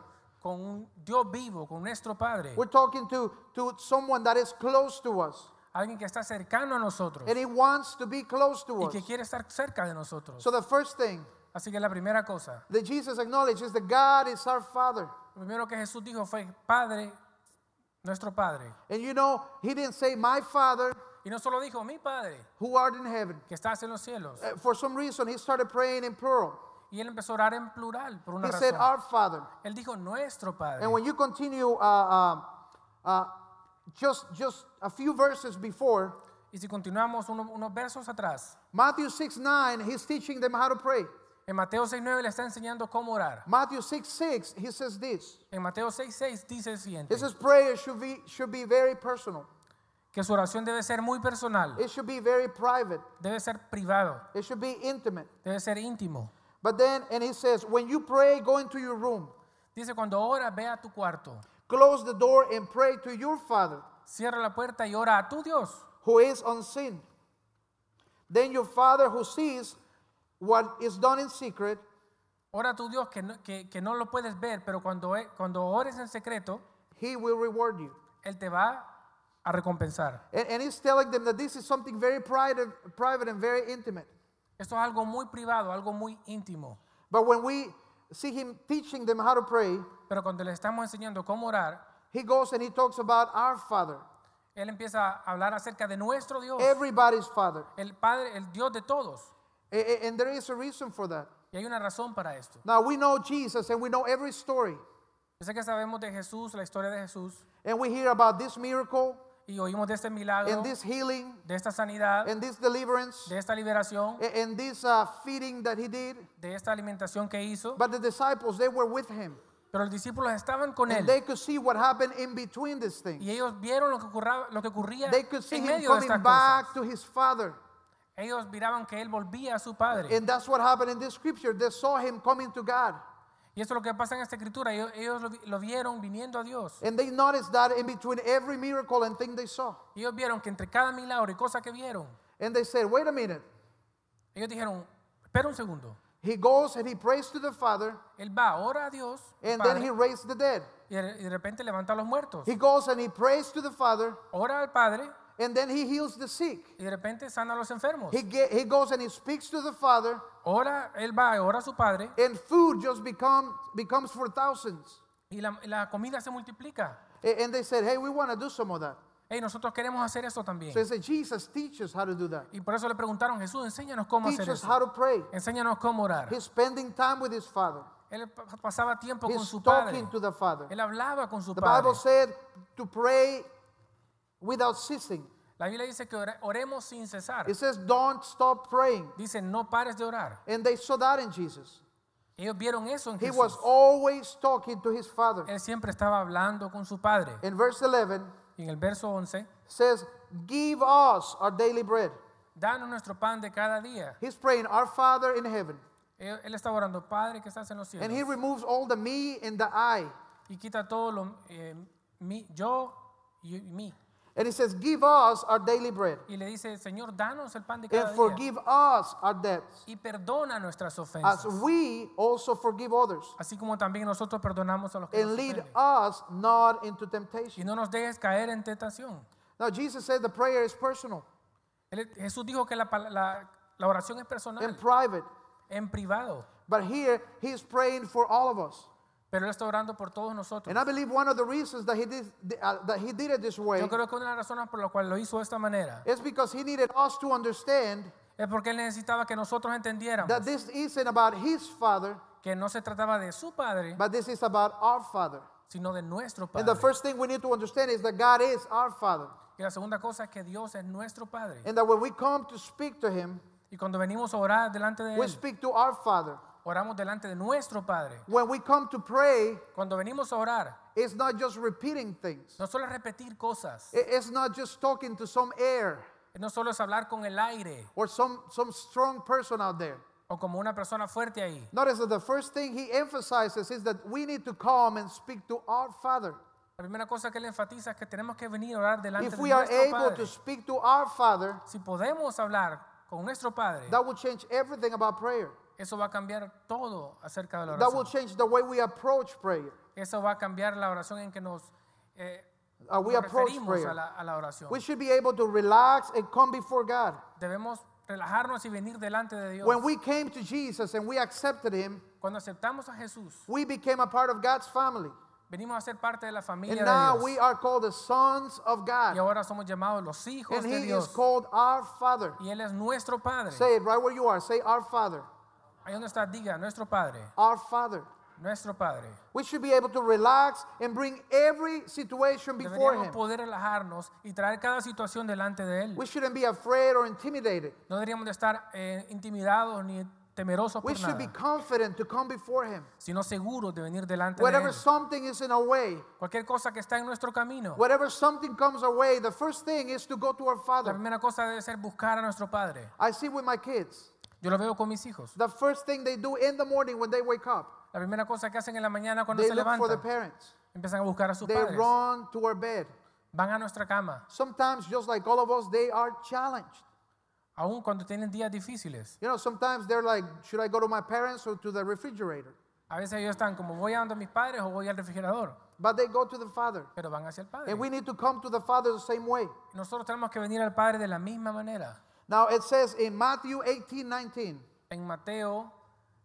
Speaker 2: con un Dios vivo, con nuestro Padre,
Speaker 1: We're talking to, to someone that is close to us.
Speaker 2: alguien que está cercano a nosotros
Speaker 1: And He wants to be close to
Speaker 2: y
Speaker 1: us.
Speaker 2: que quiere estar cerca de nosotros.
Speaker 1: So the first thing
Speaker 2: Así que la primera cosa,
Speaker 1: that Jesus acknowledged is that God is our Father.
Speaker 2: lo primero que Jesús dijo fue, Padre, nuestro Padre.
Speaker 1: And you know, He didn't say, My Father
Speaker 2: Y no solo dijo, mi Padre,
Speaker 1: who art in heaven.
Speaker 2: que estás en los cielos.
Speaker 1: Uh, for some reason, He started praying in plural.
Speaker 2: Y él empezó a orar en plural por una
Speaker 1: He said,
Speaker 2: razón.
Speaker 1: Our Father.
Speaker 2: Él dijo, nuestro Padre.
Speaker 1: And when you continue, uh, uh, uh, just just a few verses before
Speaker 2: Y si continuamos uno- unos versos atrás,
Speaker 1: Matthew 6 9, he's teaching them how to pray.
Speaker 2: en Mateo 6.9 le está enseñando cómo orar.
Speaker 1: Matthew 6 6, he says this.
Speaker 2: En Mateo 6.6 dice el
Speaker 1: He
Speaker 2: siguiente,
Speaker 1: says prayer should be should be very personal.
Speaker 2: que su oración debe ser muy personal.
Speaker 1: It should be very private.
Speaker 2: debe ser privado,
Speaker 1: It should be intimate.
Speaker 2: debe ser íntimo.
Speaker 1: But then, and he says, when you pray, go into your room,
Speaker 2: Dice, cuando oras, ve a tu cuarto,
Speaker 1: close the door, and pray to your Father
Speaker 2: cierra la puerta y ora a tu Dios.
Speaker 1: who is unseen. Then your Father who sees what is done in secret
Speaker 2: Ora a tu Dios que no, que, que no lo puedes ver, pero cuando, e- cuando ores en secreto,
Speaker 1: he will reward you.
Speaker 2: Él te va a recompensar.
Speaker 1: And, and he's telling them that this is something very private, private and very intimate.
Speaker 2: Esto es algo muy privado, algo muy íntimo.
Speaker 1: But when we see him teaching them how to pray,
Speaker 2: Pero cuando le estamos enseñando cómo orar,
Speaker 1: he goes and he talks about our Father,
Speaker 2: Él empieza a hablar acerca de nuestro Dios,
Speaker 1: everybody's Father.
Speaker 2: el Padre, el Dios de todos.
Speaker 1: A- a- And there is a reason for that.
Speaker 2: Y hay una razón para esto.
Speaker 1: Now we know Jesus and we know every story.
Speaker 2: Yo sé que sabemos de Jesús, la historia de Jesús,
Speaker 1: And we hear about this miracle
Speaker 2: y oímos de este milagro,
Speaker 1: and this healing
Speaker 2: de esta sanidad,
Speaker 1: and this deliverance
Speaker 2: de esta liberación,
Speaker 1: a- and this uh, feeding that he did.
Speaker 2: de esta alimentación que hizo,
Speaker 1: But the disciples, they were with him.
Speaker 2: pero los discípulos estaban con
Speaker 1: And
Speaker 2: él
Speaker 1: they could see what happened in between these things.
Speaker 2: y ellos vieron lo que ocurría, lo que ocurría
Speaker 1: They could see
Speaker 2: en
Speaker 1: him
Speaker 2: medio de estas
Speaker 1: coming
Speaker 2: cosas.
Speaker 1: back to his Father.
Speaker 2: Ellos miraban que él volvía a su padre.
Speaker 1: And that's what happened in this scripture. They saw him coming to God.
Speaker 2: y eso es lo que pasa en esta escritura. Ellos, ellos lo, vi- lo vieron viniendo a Dios.
Speaker 1: And they noticed that in between every miracle and thing they saw.
Speaker 2: Ellos vieron que entre cada milagro y cosa que vieron,
Speaker 1: And they said, wait a minute.
Speaker 2: ellos dijeron, espera un segundo.
Speaker 1: He goes and he prays to the Father,
Speaker 2: Él va, ora a Dios el
Speaker 1: and
Speaker 2: Padre,
Speaker 1: then he raised the dead.
Speaker 2: y, de, y de repente levanta a los muertos.
Speaker 1: He goes and he prays to the Father,
Speaker 2: ora al Padre
Speaker 1: and then he heals the sick.
Speaker 2: y de repente sana a los enfermos.
Speaker 1: He, ge- he goes and he speaks to the Father,
Speaker 2: ora, él va, ora a su padre
Speaker 1: and food just become, becomes for thousands.
Speaker 2: y la- la comida se multiplica.
Speaker 1: A- And they said, hey, we want to do some of that.
Speaker 2: Hey, nosotros queremos hacer eso también.
Speaker 1: So he said, Jesus, teach us how to do that.
Speaker 2: Y por eso le preguntaron, Jesús, enséñanos cómo
Speaker 1: Teach
Speaker 2: hacer
Speaker 1: us how
Speaker 2: eso.
Speaker 1: to pray.
Speaker 2: Enséñanos cómo orar.
Speaker 1: He's spending time with his Father.
Speaker 2: Él pa- pasaba tiempo con
Speaker 1: He's
Speaker 2: su
Speaker 1: talking
Speaker 2: padre.
Speaker 1: to the Father.
Speaker 2: Él hablaba con su
Speaker 1: The
Speaker 2: padre.
Speaker 1: Bible said to pray without ceasing.
Speaker 2: La Biblia dice que ore- oremos sin cesar.
Speaker 1: It says, don't stop praying.
Speaker 2: Dice, no pares de orar.
Speaker 1: And they saw that in Jesus.
Speaker 2: Ellos vieron eso en
Speaker 1: He was
Speaker 2: Jesús.
Speaker 1: always talking to his Father.
Speaker 2: Él siempre estaba hablando con su padre.
Speaker 1: In verse 11
Speaker 2: Y en el verso 11,
Speaker 1: says, Give us our daily bread.
Speaker 2: danos nuestro pan de cada día.
Speaker 1: He's praying, Our Father in heaven.
Speaker 2: Él, él estaba orando, Padre que estás en los
Speaker 1: And he
Speaker 2: cielos.
Speaker 1: removes all the me and the I.
Speaker 2: Y quita todo lo, eh, mi, yo y y mí.
Speaker 1: And he says, Give us our daily bread
Speaker 2: y le dice, Señor, danos el pan de
Speaker 1: and
Speaker 2: cada día
Speaker 1: forgive us our debts
Speaker 2: y perdona nuestras ofensas,
Speaker 1: as we also forgive others.
Speaker 2: así como también nosotros perdonamos a los que nos
Speaker 1: And lead
Speaker 2: ofenden.
Speaker 1: us not into
Speaker 2: Y
Speaker 1: temptation.
Speaker 2: no nos dejes caer en tentación.
Speaker 1: Now, Jesus said the prayer is personal
Speaker 2: Él- Jesús dijo que la, pala- la- la oración es
Speaker 1: and
Speaker 2: personal,
Speaker 1: private,
Speaker 2: en privado,
Speaker 1: but here he is praying for all of us.
Speaker 2: pero Él está orando por todos nosotros.
Speaker 1: And I believe one of the reasons that he did, uh, that he did it this way
Speaker 2: Yo creo que una de las razones por las cuales lo hizo de esta manera
Speaker 1: is because he needed us to understand
Speaker 2: es porque Él necesitaba que nosotros entendiéramos
Speaker 1: that this isn't about his father,
Speaker 2: que no se trataba de su Padre,
Speaker 1: but this is about our father.
Speaker 2: sino de nuestro
Speaker 1: And the
Speaker 2: Padre.
Speaker 1: first thing we need to understand is that God is our father.
Speaker 2: Y la segunda cosa es que Dios es nuestro Padre.
Speaker 1: And that when we come to speak to him,
Speaker 2: Y cuando venimos a orar delante de
Speaker 1: we
Speaker 2: Él,
Speaker 1: speak to our father.
Speaker 2: oramos delante de nuestro Padre.
Speaker 1: When we come to pray,
Speaker 2: Cuando venimos a orar,
Speaker 1: it's not just repeating things.
Speaker 2: no solo es repetir cosas,
Speaker 1: It- It's not just talking to some air
Speaker 2: no solo es hablar con el aire
Speaker 1: or some, some strong person out there.
Speaker 2: o como una persona fuerte ahí.
Speaker 1: Notice that the first thing he emphasizes is that we need to come and speak to our Father.
Speaker 2: La primera cosa que él enfatiza es que tenemos que venir a orar delante
Speaker 1: If
Speaker 2: de
Speaker 1: we are
Speaker 2: nuestro
Speaker 1: able
Speaker 2: Padre.
Speaker 1: to speak to our Father,
Speaker 2: Si podemos hablar con nuestro Padre,
Speaker 1: that will change everything about prayer.
Speaker 2: eso va a cambiar todo acerca de la
Speaker 1: That will
Speaker 2: oración.
Speaker 1: change the way we approach prayer.
Speaker 2: Eso va a cambiar la oración en que nos, eh,
Speaker 1: Uh, we
Speaker 2: nos
Speaker 1: approach
Speaker 2: referimos
Speaker 1: prayer.
Speaker 2: a la, a la oración.
Speaker 1: We should be able to relax and come before God.
Speaker 2: Debemos relajarnos y venir delante de Dios.
Speaker 1: When we came to Jesus and we accepted him,
Speaker 2: Cuando aceptamos a Jesús,
Speaker 1: we became a part of God's family.
Speaker 2: venimos a ser parte de la
Speaker 1: And
Speaker 2: familia de
Speaker 1: now
Speaker 2: Dios.
Speaker 1: we are called the sons of
Speaker 2: Y
Speaker 1: God.
Speaker 2: ahora somos llamados los hijos
Speaker 1: And
Speaker 2: de
Speaker 1: he is
Speaker 2: Dios.
Speaker 1: called our Father.
Speaker 2: Y Él es nuestro Padre.
Speaker 1: Say it right where you are. Say our Father.
Speaker 2: Ahí donde está, diga, nuestro Padre,
Speaker 1: Our Father.
Speaker 2: nuestro Padre.
Speaker 1: We should be able to relax and bring every situation before
Speaker 2: Deberíamos
Speaker 1: Him.
Speaker 2: poder relajarnos y traer cada situación delante de Él.
Speaker 1: We shouldn't be afraid or intimidated.
Speaker 2: No deberíamos de estar eh, intimidados ni temerosos
Speaker 1: We
Speaker 2: por
Speaker 1: should be
Speaker 2: nada,
Speaker 1: confident to come before Him.
Speaker 2: sino seguros de venir delante de
Speaker 1: Whenever
Speaker 2: Él.
Speaker 1: something is in our way,
Speaker 2: Cualquier cosa que está en nuestro camino,
Speaker 1: whenever something comes our way, the first thing is to go to our
Speaker 2: la
Speaker 1: Father.
Speaker 2: primera cosa debe ser buscar a nuestro Padre.
Speaker 1: I see with my kids,
Speaker 2: Yo lo veo con mis hijos.
Speaker 1: the first thing they do in the morning when they wake up,
Speaker 2: La primera cosa que hacen en la mañana cuando
Speaker 1: they
Speaker 2: se
Speaker 1: look for the
Speaker 2: levantan,
Speaker 1: parents.
Speaker 2: empiezan a buscar a sus
Speaker 1: They
Speaker 2: padres.
Speaker 1: run to our bed.
Speaker 2: Van a nuestra cama,
Speaker 1: Sometimes, just like all of us, they are challenged.
Speaker 2: aun cuando tienen días difíciles.
Speaker 1: You know, sometimes they're like, should I go to my parents or to the refrigerator?
Speaker 2: A veces ellos están como voy a donde mis padres o voy al refrigerador,
Speaker 1: But they go to the Father.
Speaker 2: pero van hacia el Padre.
Speaker 1: And we need to come to the Father the same way.
Speaker 2: Nosotros tenemos que venir al Padre de la misma manera.
Speaker 1: Now it says in Matthew 18 19,
Speaker 2: En Mateo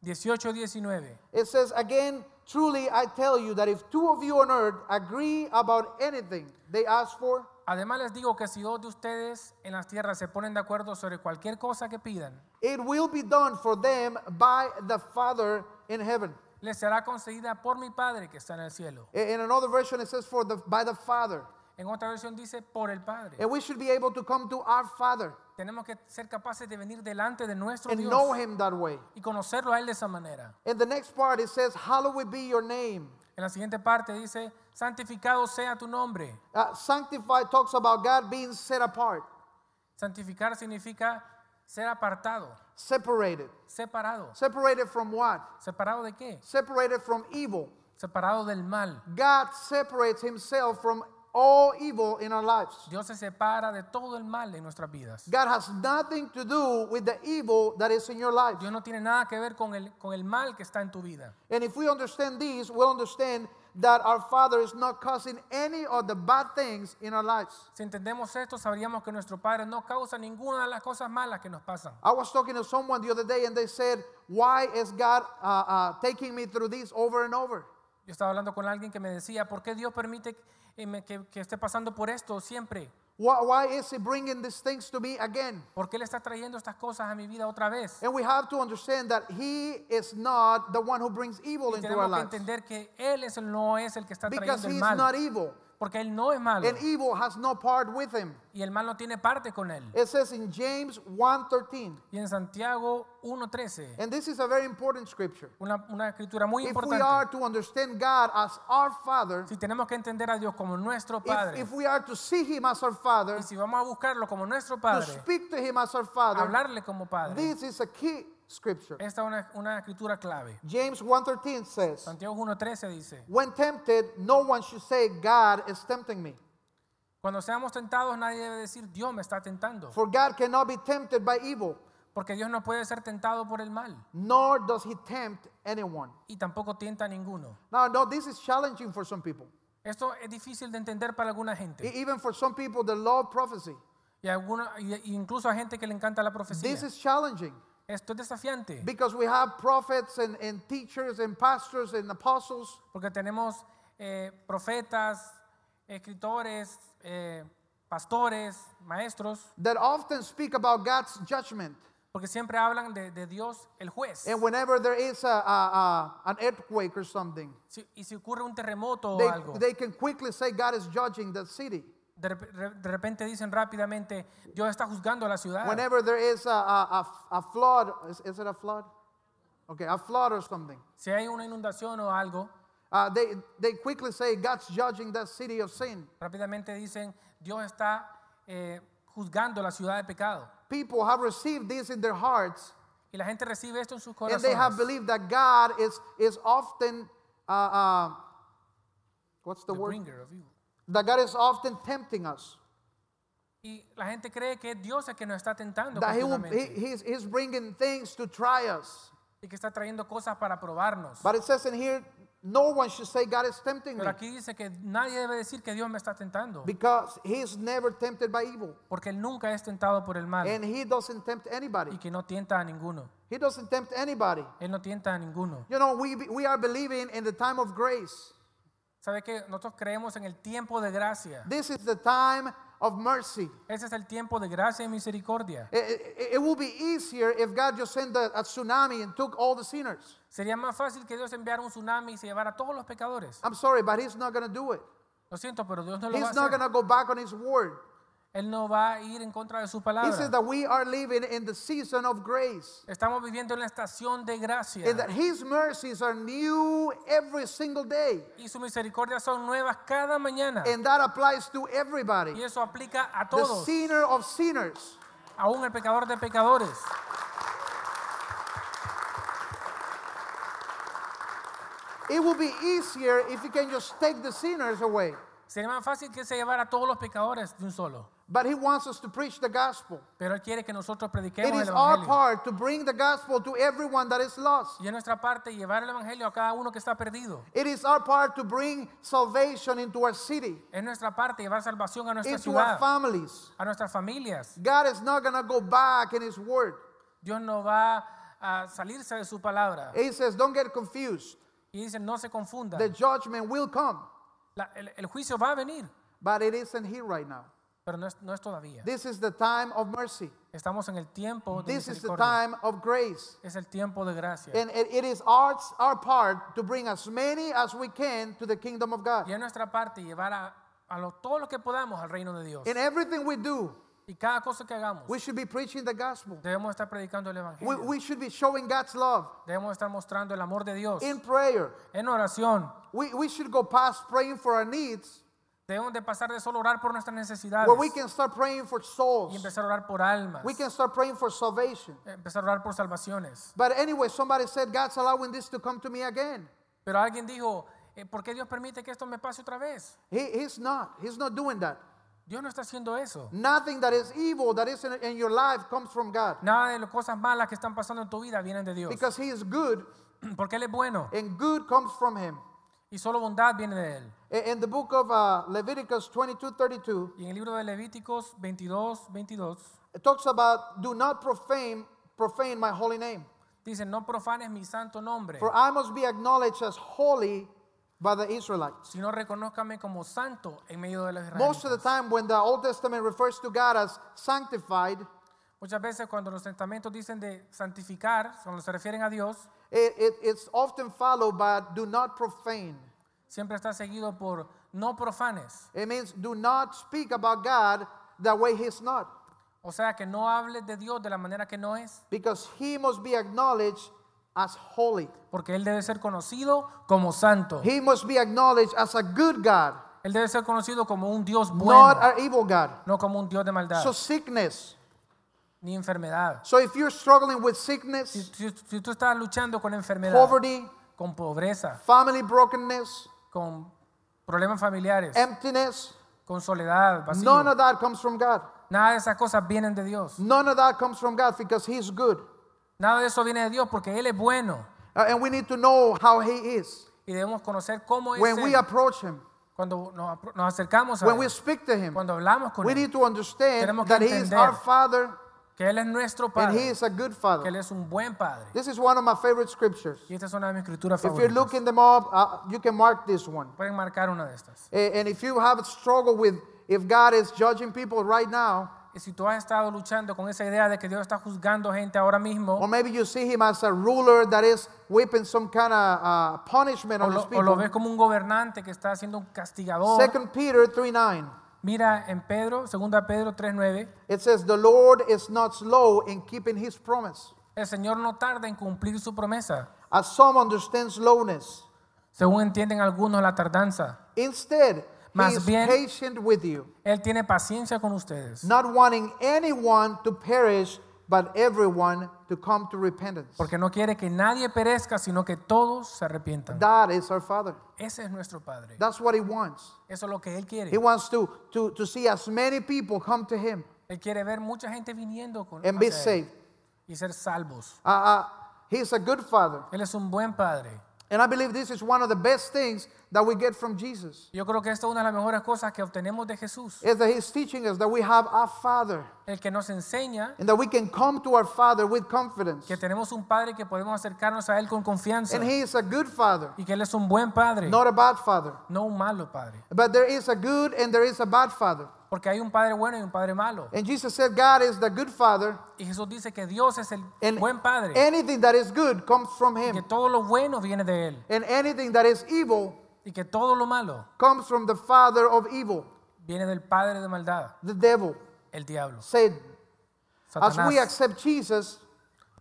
Speaker 2: 18, 19.
Speaker 1: it says, Again, truly I tell you that if two of you on earth agree about anything they ask for,
Speaker 2: Además les digo que si dos de ustedes en las tierras se ponen de acuerdo sobre cualquier cosa que pidan,
Speaker 1: it will be done for them by the Father in heaven.
Speaker 2: les será concedida por mi Padre que está en el cielo.
Speaker 1: In in another version, it says, for the, By the Father.
Speaker 2: En otra versión dice por el Padre.
Speaker 1: And we should be able to come to our Father
Speaker 2: Tenemos que ser capaces de venir delante de nuestro
Speaker 1: and know
Speaker 2: Dios
Speaker 1: Him that way.
Speaker 2: y conocerlo a Él de esa manera.
Speaker 1: And the next part, it says, Hallowed be your name.
Speaker 2: En la siguiente parte dice, santificado sea tu nombre.
Speaker 1: Uh, sanctify talks about God being set apart,
Speaker 2: Santificar significa ser apartado,
Speaker 1: separated.
Speaker 2: separado.
Speaker 1: Separated from what?
Speaker 2: ¿Separado de qué?
Speaker 1: Separated from evil.
Speaker 2: Separado del mal.
Speaker 1: God separates himself from all evil in our lives.
Speaker 2: Dios se separa de todo el mal en nuestras vidas.
Speaker 1: God has nothing to do with the evil that is in your life.
Speaker 2: Dios no tiene nada que ver con el, con el mal que está en tu vida.
Speaker 1: And if we understand these, we'll understand that our Father is not causing any of the bad things in our lives.
Speaker 2: Si entendemos esto, sabríamos que nuestro Padre no causa ninguna de las cosas malas que nos pasan.
Speaker 1: I was talking to someone the other day and they said, Why is God uh, uh, taking me through this over and over?
Speaker 2: Yo estaba hablando con alguien que me decía, ¿por qué Dios permite eh, me- que, que esté pasando por esto siempre?
Speaker 1: Why, why is He bringing these things to me again?
Speaker 2: ¿Por qué le está trayendo estas cosas a mi vida otra vez?
Speaker 1: And we have to understand that He is not the one who brings evil into our
Speaker 2: Tenemos que
Speaker 1: lives.
Speaker 2: entender que Él es el, no es el que está
Speaker 1: Because
Speaker 2: trayendo
Speaker 1: He
Speaker 2: el
Speaker 1: is not
Speaker 2: mal.
Speaker 1: evil.
Speaker 2: Porque Él no es malo.
Speaker 1: And evil has no part with Him.
Speaker 2: Y el mal no tiene parte con Él.
Speaker 1: It says in James 1.13.
Speaker 2: Y en Santiago 1.13,
Speaker 1: And this is a very important scripture.
Speaker 2: una, una escritura muy
Speaker 1: Eh, If we are
Speaker 2: importante.
Speaker 1: to understand God as our Father,
Speaker 2: Si tenemos que entender a Dios como nuestro
Speaker 1: if,
Speaker 2: Padre,
Speaker 1: if we are to see Him as our Father,
Speaker 2: y si vamos a buscarlo como nuestro
Speaker 1: to
Speaker 2: Padre,
Speaker 1: speak to Him as our Father,
Speaker 2: hablarle como Padre,
Speaker 1: this is a key scripture.
Speaker 2: esta es una, una escritura clave.
Speaker 1: James 1.13 says,
Speaker 2: Santiago 1.13 dice,
Speaker 1: When tempted, no one should say, God is tempting me.
Speaker 2: Cuando seamos tentados, nadie debe decir, Dios me está tentando.
Speaker 1: For God cannot be tempted by evil,
Speaker 2: Porque Dios no puede ser tentado por el mal.
Speaker 1: nor does he tempt anyone.
Speaker 2: Y tampoco tienta a ninguno.
Speaker 1: Now, no, this is challenging for some people.
Speaker 2: Esto es difícil de entender para alguna
Speaker 1: E-
Speaker 2: gente.
Speaker 1: Even for some people that love prophecy,
Speaker 2: Y, alguna, y- y incluso a gente que le encanta la profecía.
Speaker 1: this is challenging
Speaker 2: Esto es desafiante.
Speaker 1: because we have prophets and, and teachers and pastors and apostles
Speaker 2: Porque tenemos eh, profetas, escritores, eh, pastores, maestros.
Speaker 1: that often speak about God's judgment.
Speaker 2: Porque siempre hablan de, de Dios, el juez.
Speaker 1: And whenever there is a, a, a- an earthquake or something,
Speaker 2: Si- y si ocurre un terremoto o
Speaker 1: they,
Speaker 2: Oh, algo,
Speaker 1: they can quickly say God is judging the city.
Speaker 2: de, rep- re- de repente dicen rápidamente, Dios está juzgando a la ciudad.
Speaker 1: Whenever there is a, a, a, a flood, is, is it a flood? Okay, a flood or something.
Speaker 2: Si hay una inundación o algo,
Speaker 1: Uh, they, they quickly say God's judging that city of sin.
Speaker 2: rápidamente dicen, Dios está eh, juzgando la ciudad de pecado.
Speaker 1: People have received this in their hearts
Speaker 2: Y la gente recibe esto en sus
Speaker 1: and they have
Speaker 2: corazones.
Speaker 1: believed that God is, is often, uh, uh, what's the
Speaker 2: The
Speaker 1: word?
Speaker 2: bringer of evil.
Speaker 1: That God is often tempting us.
Speaker 2: Y la gente cree que es Dios el que nos está tentando
Speaker 1: That he will, he,
Speaker 2: continuamente
Speaker 1: he's, he's bringing things to try us.
Speaker 2: y que está trayendo cosas para probarnos.
Speaker 1: But it says in here, no one should say God is tempting me
Speaker 2: Pero aquí dice que nadie debe decir que Dios me está tentando,
Speaker 1: because he is never tempted by evil
Speaker 2: porque Él nunca es tentado por el mal
Speaker 1: and he doesn't tempt anybody.
Speaker 2: y que no tienta a ninguno.
Speaker 1: He doesn't tempt anybody.
Speaker 2: Él no tienta a ninguno.
Speaker 1: You know, we, we are believing in the time of grace.
Speaker 2: ¿Sabe qué? Nosotros creemos en el tiempo de gracia.
Speaker 1: This is the time of mercy.
Speaker 2: Ese es el tiempo de gracia y misericordia.
Speaker 1: It, it- it will be easier if God just sent a, a tsunami and took all the sinners.
Speaker 2: Sería más fácil que Dios enviara un tsunami y se llevara a todos los pecadores.
Speaker 1: I'm sorry, but he's not going to do it.
Speaker 2: Lo siento, pero Dios no lo va a
Speaker 1: He's not
Speaker 2: hacer.
Speaker 1: going to go back on his word.
Speaker 2: Él no va a ir en contra de su
Speaker 1: He says
Speaker 2: palabra.
Speaker 1: that we are living in the season of grace.
Speaker 2: Estamos viviendo en la estación de gracia.
Speaker 1: and that his mercies are new every single day
Speaker 2: Y su misericordia son nuevas cada mañana.
Speaker 1: and that applies to everybody
Speaker 2: Y eso aplica a
Speaker 1: the
Speaker 2: todos,
Speaker 1: sinner of sinners
Speaker 2: aún el pecador de pecadores.
Speaker 1: it will be easier if he can just take the sinners away
Speaker 2: Sería más fácil que Él se llevara a todos los pecadores de un solo.
Speaker 1: but he wants us to preach the gospel
Speaker 2: Pero Él quiere que nosotros
Speaker 1: it
Speaker 2: prediquemos
Speaker 1: is
Speaker 2: el
Speaker 1: our
Speaker 2: Evangelio.
Speaker 1: part to bring the gospel to everyone that is lost
Speaker 2: Y es nuestra parte llevar el Evangelio a cada uno que está perdido.
Speaker 1: it is our part to bring salvation into our city
Speaker 2: Es nuestra parte llevar salvación a nuestra
Speaker 1: into our
Speaker 2: ciudad,
Speaker 1: families
Speaker 2: a nuestras familias.
Speaker 1: god is not going to go back in his word
Speaker 2: Dios no va a salirse de su palabra.
Speaker 1: he says don't get confused
Speaker 2: Y dice, no se confunda.
Speaker 1: the judgment will come
Speaker 2: el, el juicio va a venir,
Speaker 1: but it isn't here right now
Speaker 2: pero no es, no es todavía.
Speaker 1: This is the time of mercy.
Speaker 2: Estamos en el tiempo de
Speaker 1: This is the
Speaker 2: misericordia.
Speaker 1: time of grace.
Speaker 2: Es el tiempo de gracia.
Speaker 1: And it- it is our, our part to bring as many as we can to the kingdom of
Speaker 2: Y
Speaker 1: God.
Speaker 2: es nuestra parte llevar a, a lo- todo lo que podamos al reino de Dios.
Speaker 1: In everything we do,
Speaker 2: Y cada cosa que hagamos,
Speaker 1: we should be preaching the gospel.
Speaker 2: debemos estar predicando el
Speaker 1: We,
Speaker 2: Evangelio.
Speaker 1: we should be showing God's love
Speaker 2: Debemos estar mostrando el amor de Dios.
Speaker 1: in prayer.
Speaker 2: En oración,
Speaker 1: We, we should go past praying for our needs
Speaker 2: debemos de pasar de solo orar por nuestras necesidades
Speaker 1: where we can start praying for
Speaker 2: y
Speaker 1: souls.
Speaker 2: empezar a orar por almas,
Speaker 1: We can start praying for salvation.
Speaker 2: empezar a orar por salvaciones.
Speaker 1: But anyway, somebody said, God's allowing this to come to me again.
Speaker 2: Pero alguien dijo, eh, ¿por qué Dios permite que esto me pase otra vez?
Speaker 1: He, he's not. He's not doing that.
Speaker 2: Dios no está haciendo eso.
Speaker 1: Nothing that is evil that is in, in your life comes from God.
Speaker 2: Nada de las cosas malas que están pasando en tu vida vienen de Dios.
Speaker 1: Because he is good,
Speaker 2: Porque Él es bueno
Speaker 1: and good comes from him.
Speaker 2: y solo bondad viene de Él.
Speaker 1: I- In the book of uh, Leviticus 22 32,
Speaker 2: Y en el libro de Levíticos 22, 22,
Speaker 1: it talks about, Do not profane, profane my holy name,
Speaker 2: dice, no profanes mi santo nombre,
Speaker 1: for I must be acknowledged as holy by the Israelites.
Speaker 2: sino reconózcame como santo en medio de los
Speaker 1: Most of the
Speaker 2: israelitas.
Speaker 1: time, when the Old Testament refers to God as sanctified,
Speaker 2: Muchas veces cuando los testamentos dicen de santificar, cuando se refieren a Dios,
Speaker 1: it, it, it's often followed by do not profane.
Speaker 2: siempre está seguido por no profanes.
Speaker 1: It means do not speak about God the way he's not,
Speaker 2: O sea, que no hables de Dios de la manera que no es,
Speaker 1: because he must be acknowledged as holy.
Speaker 2: porque Él debe ser conocido como santo.
Speaker 1: He must be acknowledged as a good God,
Speaker 2: Él debe ser conocido como un Dios
Speaker 1: not
Speaker 2: bueno,
Speaker 1: an evil God.
Speaker 2: no como un Dios de maldad
Speaker 1: So sickness.
Speaker 2: ni enfermedad.
Speaker 1: So if you're struggling with
Speaker 2: Si,
Speaker 1: sickness,
Speaker 2: si- si tú estás luchando con enfermedad,
Speaker 1: poverty,
Speaker 2: con pobreza,
Speaker 1: family brokenness, Em-
Speaker 2: con problemas familiares,
Speaker 1: emptiness,
Speaker 2: con soledad, vacío.
Speaker 1: None of that comes from God.
Speaker 2: Nada de esas cosas vienen de Dios.
Speaker 1: None of that comes from God because He's good.
Speaker 2: Nada de eso viene de Dios porque Él es bueno
Speaker 1: Uh, and we need to know how He is
Speaker 2: y debemos conocer cómo es
Speaker 1: when we
Speaker 2: Él.
Speaker 1: approach Him,
Speaker 2: cuando nos, apro- nos acercamos a
Speaker 1: when we
Speaker 2: Él,
Speaker 1: speak to Him.
Speaker 2: cuando hablamos con
Speaker 1: We
Speaker 2: Él,
Speaker 1: need to understand
Speaker 2: Tenemos que
Speaker 1: that He is
Speaker 2: entender
Speaker 1: our Father
Speaker 2: que Él es nuestro
Speaker 1: and
Speaker 2: Padre,
Speaker 1: He is a good
Speaker 2: que Él
Speaker 1: Father.
Speaker 2: es un buen Padre.
Speaker 1: This is one of my favorite scriptures.
Speaker 2: Y esta es una de mis escrituras
Speaker 1: If you're
Speaker 2: favoritas.
Speaker 1: looking them up, uh, you can mark this one.
Speaker 2: Pueden marcar una de estas.
Speaker 1: A- And if you have a struggle with if God is judging people right now,
Speaker 2: Y si tú has estado luchando con esa idea de que Dios está juzgando gente ahora mismo,
Speaker 1: or maybe you see Him as a ruler that is whipping some kind of uh, punishment
Speaker 2: o
Speaker 1: on
Speaker 2: lo,
Speaker 1: His
Speaker 2: o lo ves
Speaker 1: people,
Speaker 2: como un gobernante que está siendo un castigador,
Speaker 1: 2 Peter 3 9,
Speaker 2: mira en Pedro, 2 Pedro 3.9,
Speaker 1: it says, The Lord is not slow in keeping His promise,
Speaker 2: el Señor no tarda en cumplir su promesa.
Speaker 1: as some understand slowness.
Speaker 2: Según entienden algunos la tardanza,
Speaker 1: Instead, He
Speaker 2: Mas
Speaker 1: is
Speaker 2: bien-
Speaker 1: patient with you.
Speaker 2: Él tiene paciencia con ustedes.
Speaker 1: not wanting anyone to perish, but everyone to come to repentance.
Speaker 2: Porque no quiere que nadie perezca, sino que todos se arrepientan.
Speaker 1: That is our Father.
Speaker 2: Ese es nuestro Padre.
Speaker 1: That's what He wants.
Speaker 2: Eso es lo que Él quiere.
Speaker 1: He wants to, to, to see as many people come to Him
Speaker 2: Él quiere ver mucha gente viniendo con
Speaker 1: and be
Speaker 2: hacia Él
Speaker 1: saved.
Speaker 2: y ser salvos.
Speaker 1: Uh, uh, he's a good Father.
Speaker 2: Él es un buen Padre.
Speaker 1: And I believe this is one of the best things that we get from Jesus,
Speaker 2: Yo creo que esta es una de las mejores cosas que obtenemos de Jesús.
Speaker 1: is that He's teaching us that we have a Father
Speaker 2: El que nos enseña
Speaker 1: and that we can come to our Father with confidence.
Speaker 2: que tenemos un Padre que podemos acercarnos a Él con confianza.
Speaker 1: And He is a good Father,
Speaker 2: Y que Él es un buen Padre,
Speaker 1: not a bad Father.
Speaker 2: no un malo Padre.
Speaker 1: But there is a good and there is a bad Father.
Speaker 2: Porque hay un Padre bueno y un Padre malo.
Speaker 1: And Jesus said, God is the good Father
Speaker 2: Y Jesús dice que Dios es el
Speaker 1: And
Speaker 2: buen Padre.
Speaker 1: anything that is good comes from
Speaker 2: Que
Speaker 1: him.
Speaker 2: todo lo bueno viene de Él.
Speaker 1: And anything that is evil
Speaker 2: Y que todo lo malo
Speaker 1: comes from the father of evil,
Speaker 2: viene del padre de maldad,
Speaker 1: the devil,
Speaker 2: el diablo,
Speaker 1: Satan. As we
Speaker 2: Satanás.
Speaker 1: accept Jesus,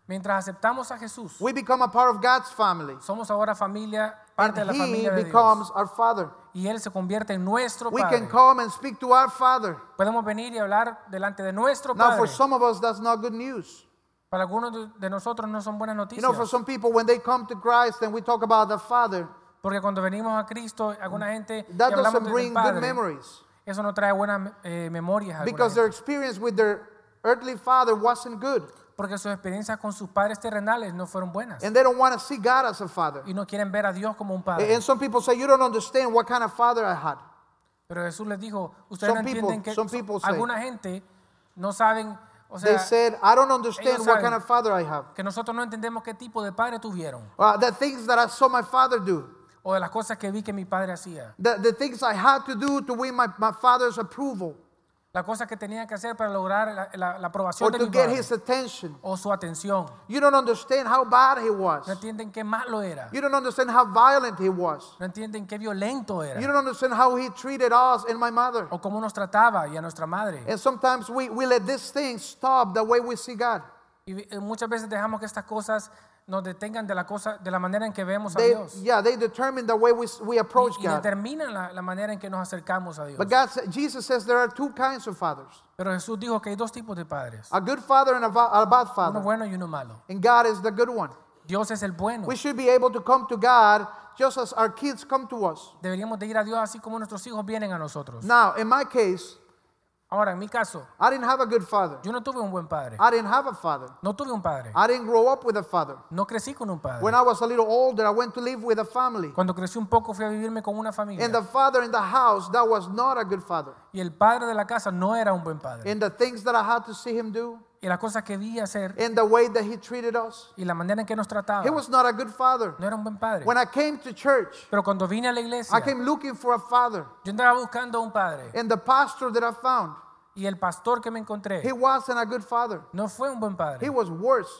Speaker 2: Mientras aceptamos a Jesús,
Speaker 1: we become a part of God's family.
Speaker 2: somos ahora familia, parte de
Speaker 1: And
Speaker 2: la
Speaker 1: he
Speaker 2: familia de
Speaker 1: becomes
Speaker 2: Dios.
Speaker 1: our father.
Speaker 2: Y él se convierte en nuestro
Speaker 1: We
Speaker 2: padre.
Speaker 1: can come and speak to our father.
Speaker 2: Podemos venir y hablar delante de nuestro
Speaker 1: Now, for
Speaker 2: padre.
Speaker 1: some of us, that's not good news.
Speaker 2: Para algunos de- de nosotros no son buenas
Speaker 1: You
Speaker 2: noticias,
Speaker 1: know, for some people, when they come to Christ and we talk about the father,
Speaker 2: porque cuando venimos a Cristo, alguna gente y
Speaker 1: Mm. that
Speaker 2: hablamos
Speaker 1: doesn't
Speaker 2: de-
Speaker 1: bring
Speaker 2: del
Speaker 1: good
Speaker 2: padre.
Speaker 1: memories
Speaker 2: Eso no trae buenas eh, memorias, a alguna
Speaker 1: because
Speaker 2: gente.
Speaker 1: their experience with their earthly father wasn't good.
Speaker 2: porque sus experiencias con sus padres terrenales no fueron buenas
Speaker 1: And they don't want to see God as a father.
Speaker 2: y no quieren ver a Dios como un padre.
Speaker 1: And some people say, You don't understand what kind of father I had.
Speaker 2: Pero Jesús les dijo, ustedes
Speaker 1: Some
Speaker 2: no
Speaker 1: people-
Speaker 2: entienden que
Speaker 1: some people say-
Speaker 2: alguna gente no saben, o
Speaker 1: They
Speaker 2: sea,
Speaker 1: said, I don't understand what
Speaker 2: saben.
Speaker 1: kind of father I have.
Speaker 2: que nosotros no entendemos qué tipo de padre tuvieron
Speaker 1: Uh, the things that I saw my father do,
Speaker 2: o de las cosas que vi que mi padre hacía,
Speaker 1: the, the things I had to do to win my, my father's approval
Speaker 2: las cosas que tenía que hacer para lograr la, la- la aprobación
Speaker 1: or
Speaker 2: de
Speaker 1: to
Speaker 2: mi
Speaker 1: get
Speaker 2: padre
Speaker 1: his attention.
Speaker 2: o su atención.
Speaker 1: You don't understand how bad he
Speaker 2: No
Speaker 1: was.
Speaker 2: entienden qué malo era,
Speaker 1: You don't understand how violent he was.
Speaker 2: no entienden qué violento
Speaker 1: You
Speaker 2: era
Speaker 1: don't understand how he treated us and my mother.
Speaker 2: o cómo nos trataba y a nuestra madre.
Speaker 1: And sometimes we, we let these things stop the way we see God.
Speaker 2: Y vi- y muchas veces dejamos que estas cosas nos detengan de la cosa, de la manera en que vemos a
Speaker 1: They,
Speaker 2: Dios
Speaker 1: yeah, they determine the way we, s- we approach
Speaker 2: y, y
Speaker 1: God.
Speaker 2: determinan la, la manera en que nos acercamos a Dios.
Speaker 1: But God, said- Jesus says there are two kinds of fathers:
Speaker 2: Pero Jesús dijo que hay dos tipos de padres,
Speaker 1: a good father and a, va- a bad
Speaker 2: uno
Speaker 1: father.
Speaker 2: bueno y uno malo.
Speaker 1: And God is the good one.
Speaker 2: Dios es el bueno.
Speaker 1: We should be able to come to God just as our kids come to us.
Speaker 2: Deberíamos de ir a Dios así como nuestros hijos vienen a nosotros.
Speaker 1: Now, in my case,
Speaker 2: Ahora, en mi caso,
Speaker 1: I didn't have a good father.
Speaker 2: yo no tuve un buen padre.
Speaker 1: I didn't have a father.
Speaker 2: No tuve un padre.
Speaker 1: I didn't grow up with a father.
Speaker 2: No crecí con un padre.
Speaker 1: When I was a little older, I went to live with a family.
Speaker 2: Cuando crecí un poco fui a vivirme con una familia.
Speaker 1: And the father in the house, that was not a good father.
Speaker 2: Y el padre de la casa no era un buen padre.
Speaker 1: And the things that I had to see him do,
Speaker 2: Y las cosas que vi hacer
Speaker 1: and the way that he treated us,
Speaker 2: y la manera en que nos trataba
Speaker 1: he was not a good father.
Speaker 2: no era un buen padre.
Speaker 1: When I came to church,
Speaker 2: Pero cuando vine a la
Speaker 1: I
Speaker 2: iglesia,
Speaker 1: came looking for a father.
Speaker 2: yo andaba buscando un padre.
Speaker 1: And the pastor that I found,
Speaker 2: Y el pastor que me
Speaker 1: he
Speaker 2: encontré
Speaker 1: wasn't a good father.
Speaker 2: no fue un buen
Speaker 1: He
Speaker 2: padre.
Speaker 1: was worse.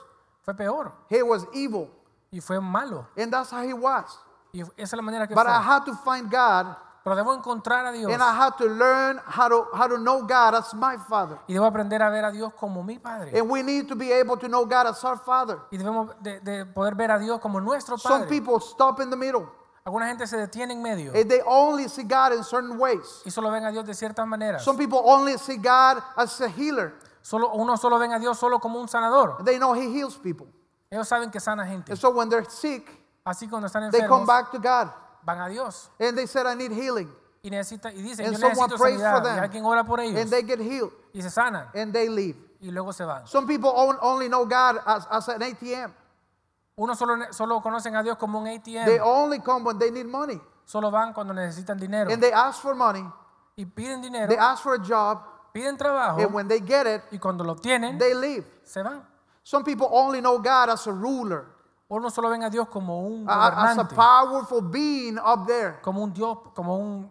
Speaker 2: Fue peor.
Speaker 1: He was evil.
Speaker 2: Y fue malo.
Speaker 1: And that's how he was.
Speaker 2: Y esa es la manera que
Speaker 1: But I
Speaker 2: fue.
Speaker 1: had to find God
Speaker 2: Pero debo encontrar a Dios.
Speaker 1: and I had to learn how to, how to know God as my father.
Speaker 2: Y debo aprender a ver a Dios como mi padre.
Speaker 1: And we need to be able to know God as our father.
Speaker 2: Y debemos de, de poder ver a Dios como nuestro
Speaker 1: Some
Speaker 2: Padre.
Speaker 1: people stop in the middle
Speaker 2: Alguna gente se detiene en medio
Speaker 1: and they only see God in certain ways.
Speaker 2: y solo ven a Dios de ciertas maneras.
Speaker 1: Some people only see God as a healer.
Speaker 2: Solo, uno solo ven a Dios solo como un sanador.
Speaker 1: They know he heals people.
Speaker 2: Ellos saben que sana gente.
Speaker 1: And so when they're sick,
Speaker 2: Así cuando están
Speaker 1: they come
Speaker 2: enfermos,
Speaker 1: back to God
Speaker 2: van a Dios
Speaker 1: and they said, I need healing.
Speaker 2: y y, necesita, y dicen,
Speaker 1: And
Speaker 2: yo necesito
Speaker 1: someone prays for
Speaker 2: sanidad. Y
Speaker 1: them.
Speaker 2: alguien ora por ellos
Speaker 1: and they get healed
Speaker 2: y se sanan
Speaker 1: and they leave.
Speaker 2: y luego se van.
Speaker 1: Some people on- only know God as, as an ATM.
Speaker 2: Uno solo, solo conocen a Dios como un ATM.
Speaker 1: They only come when they need money.
Speaker 2: solo van cuando necesitan dinero.
Speaker 1: And they ask for money,
Speaker 2: y piden dinero,
Speaker 1: they ask for a job,
Speaker 2: piden trabajo
Speaker 1: and when they get it,
Speaker 2: y cuando lo obtienen,
Speaker 1: they leave.
Speaker 2: se van.
Speaker 1: Some people only know God as a ruler,
Speaker 2: Uno solo ven a Dios como un
Speaker 1: a- a- as a
Speaker 2: gobernante,
Speaker 1: powerful being up there.
Speaker 2: como un Dios, como un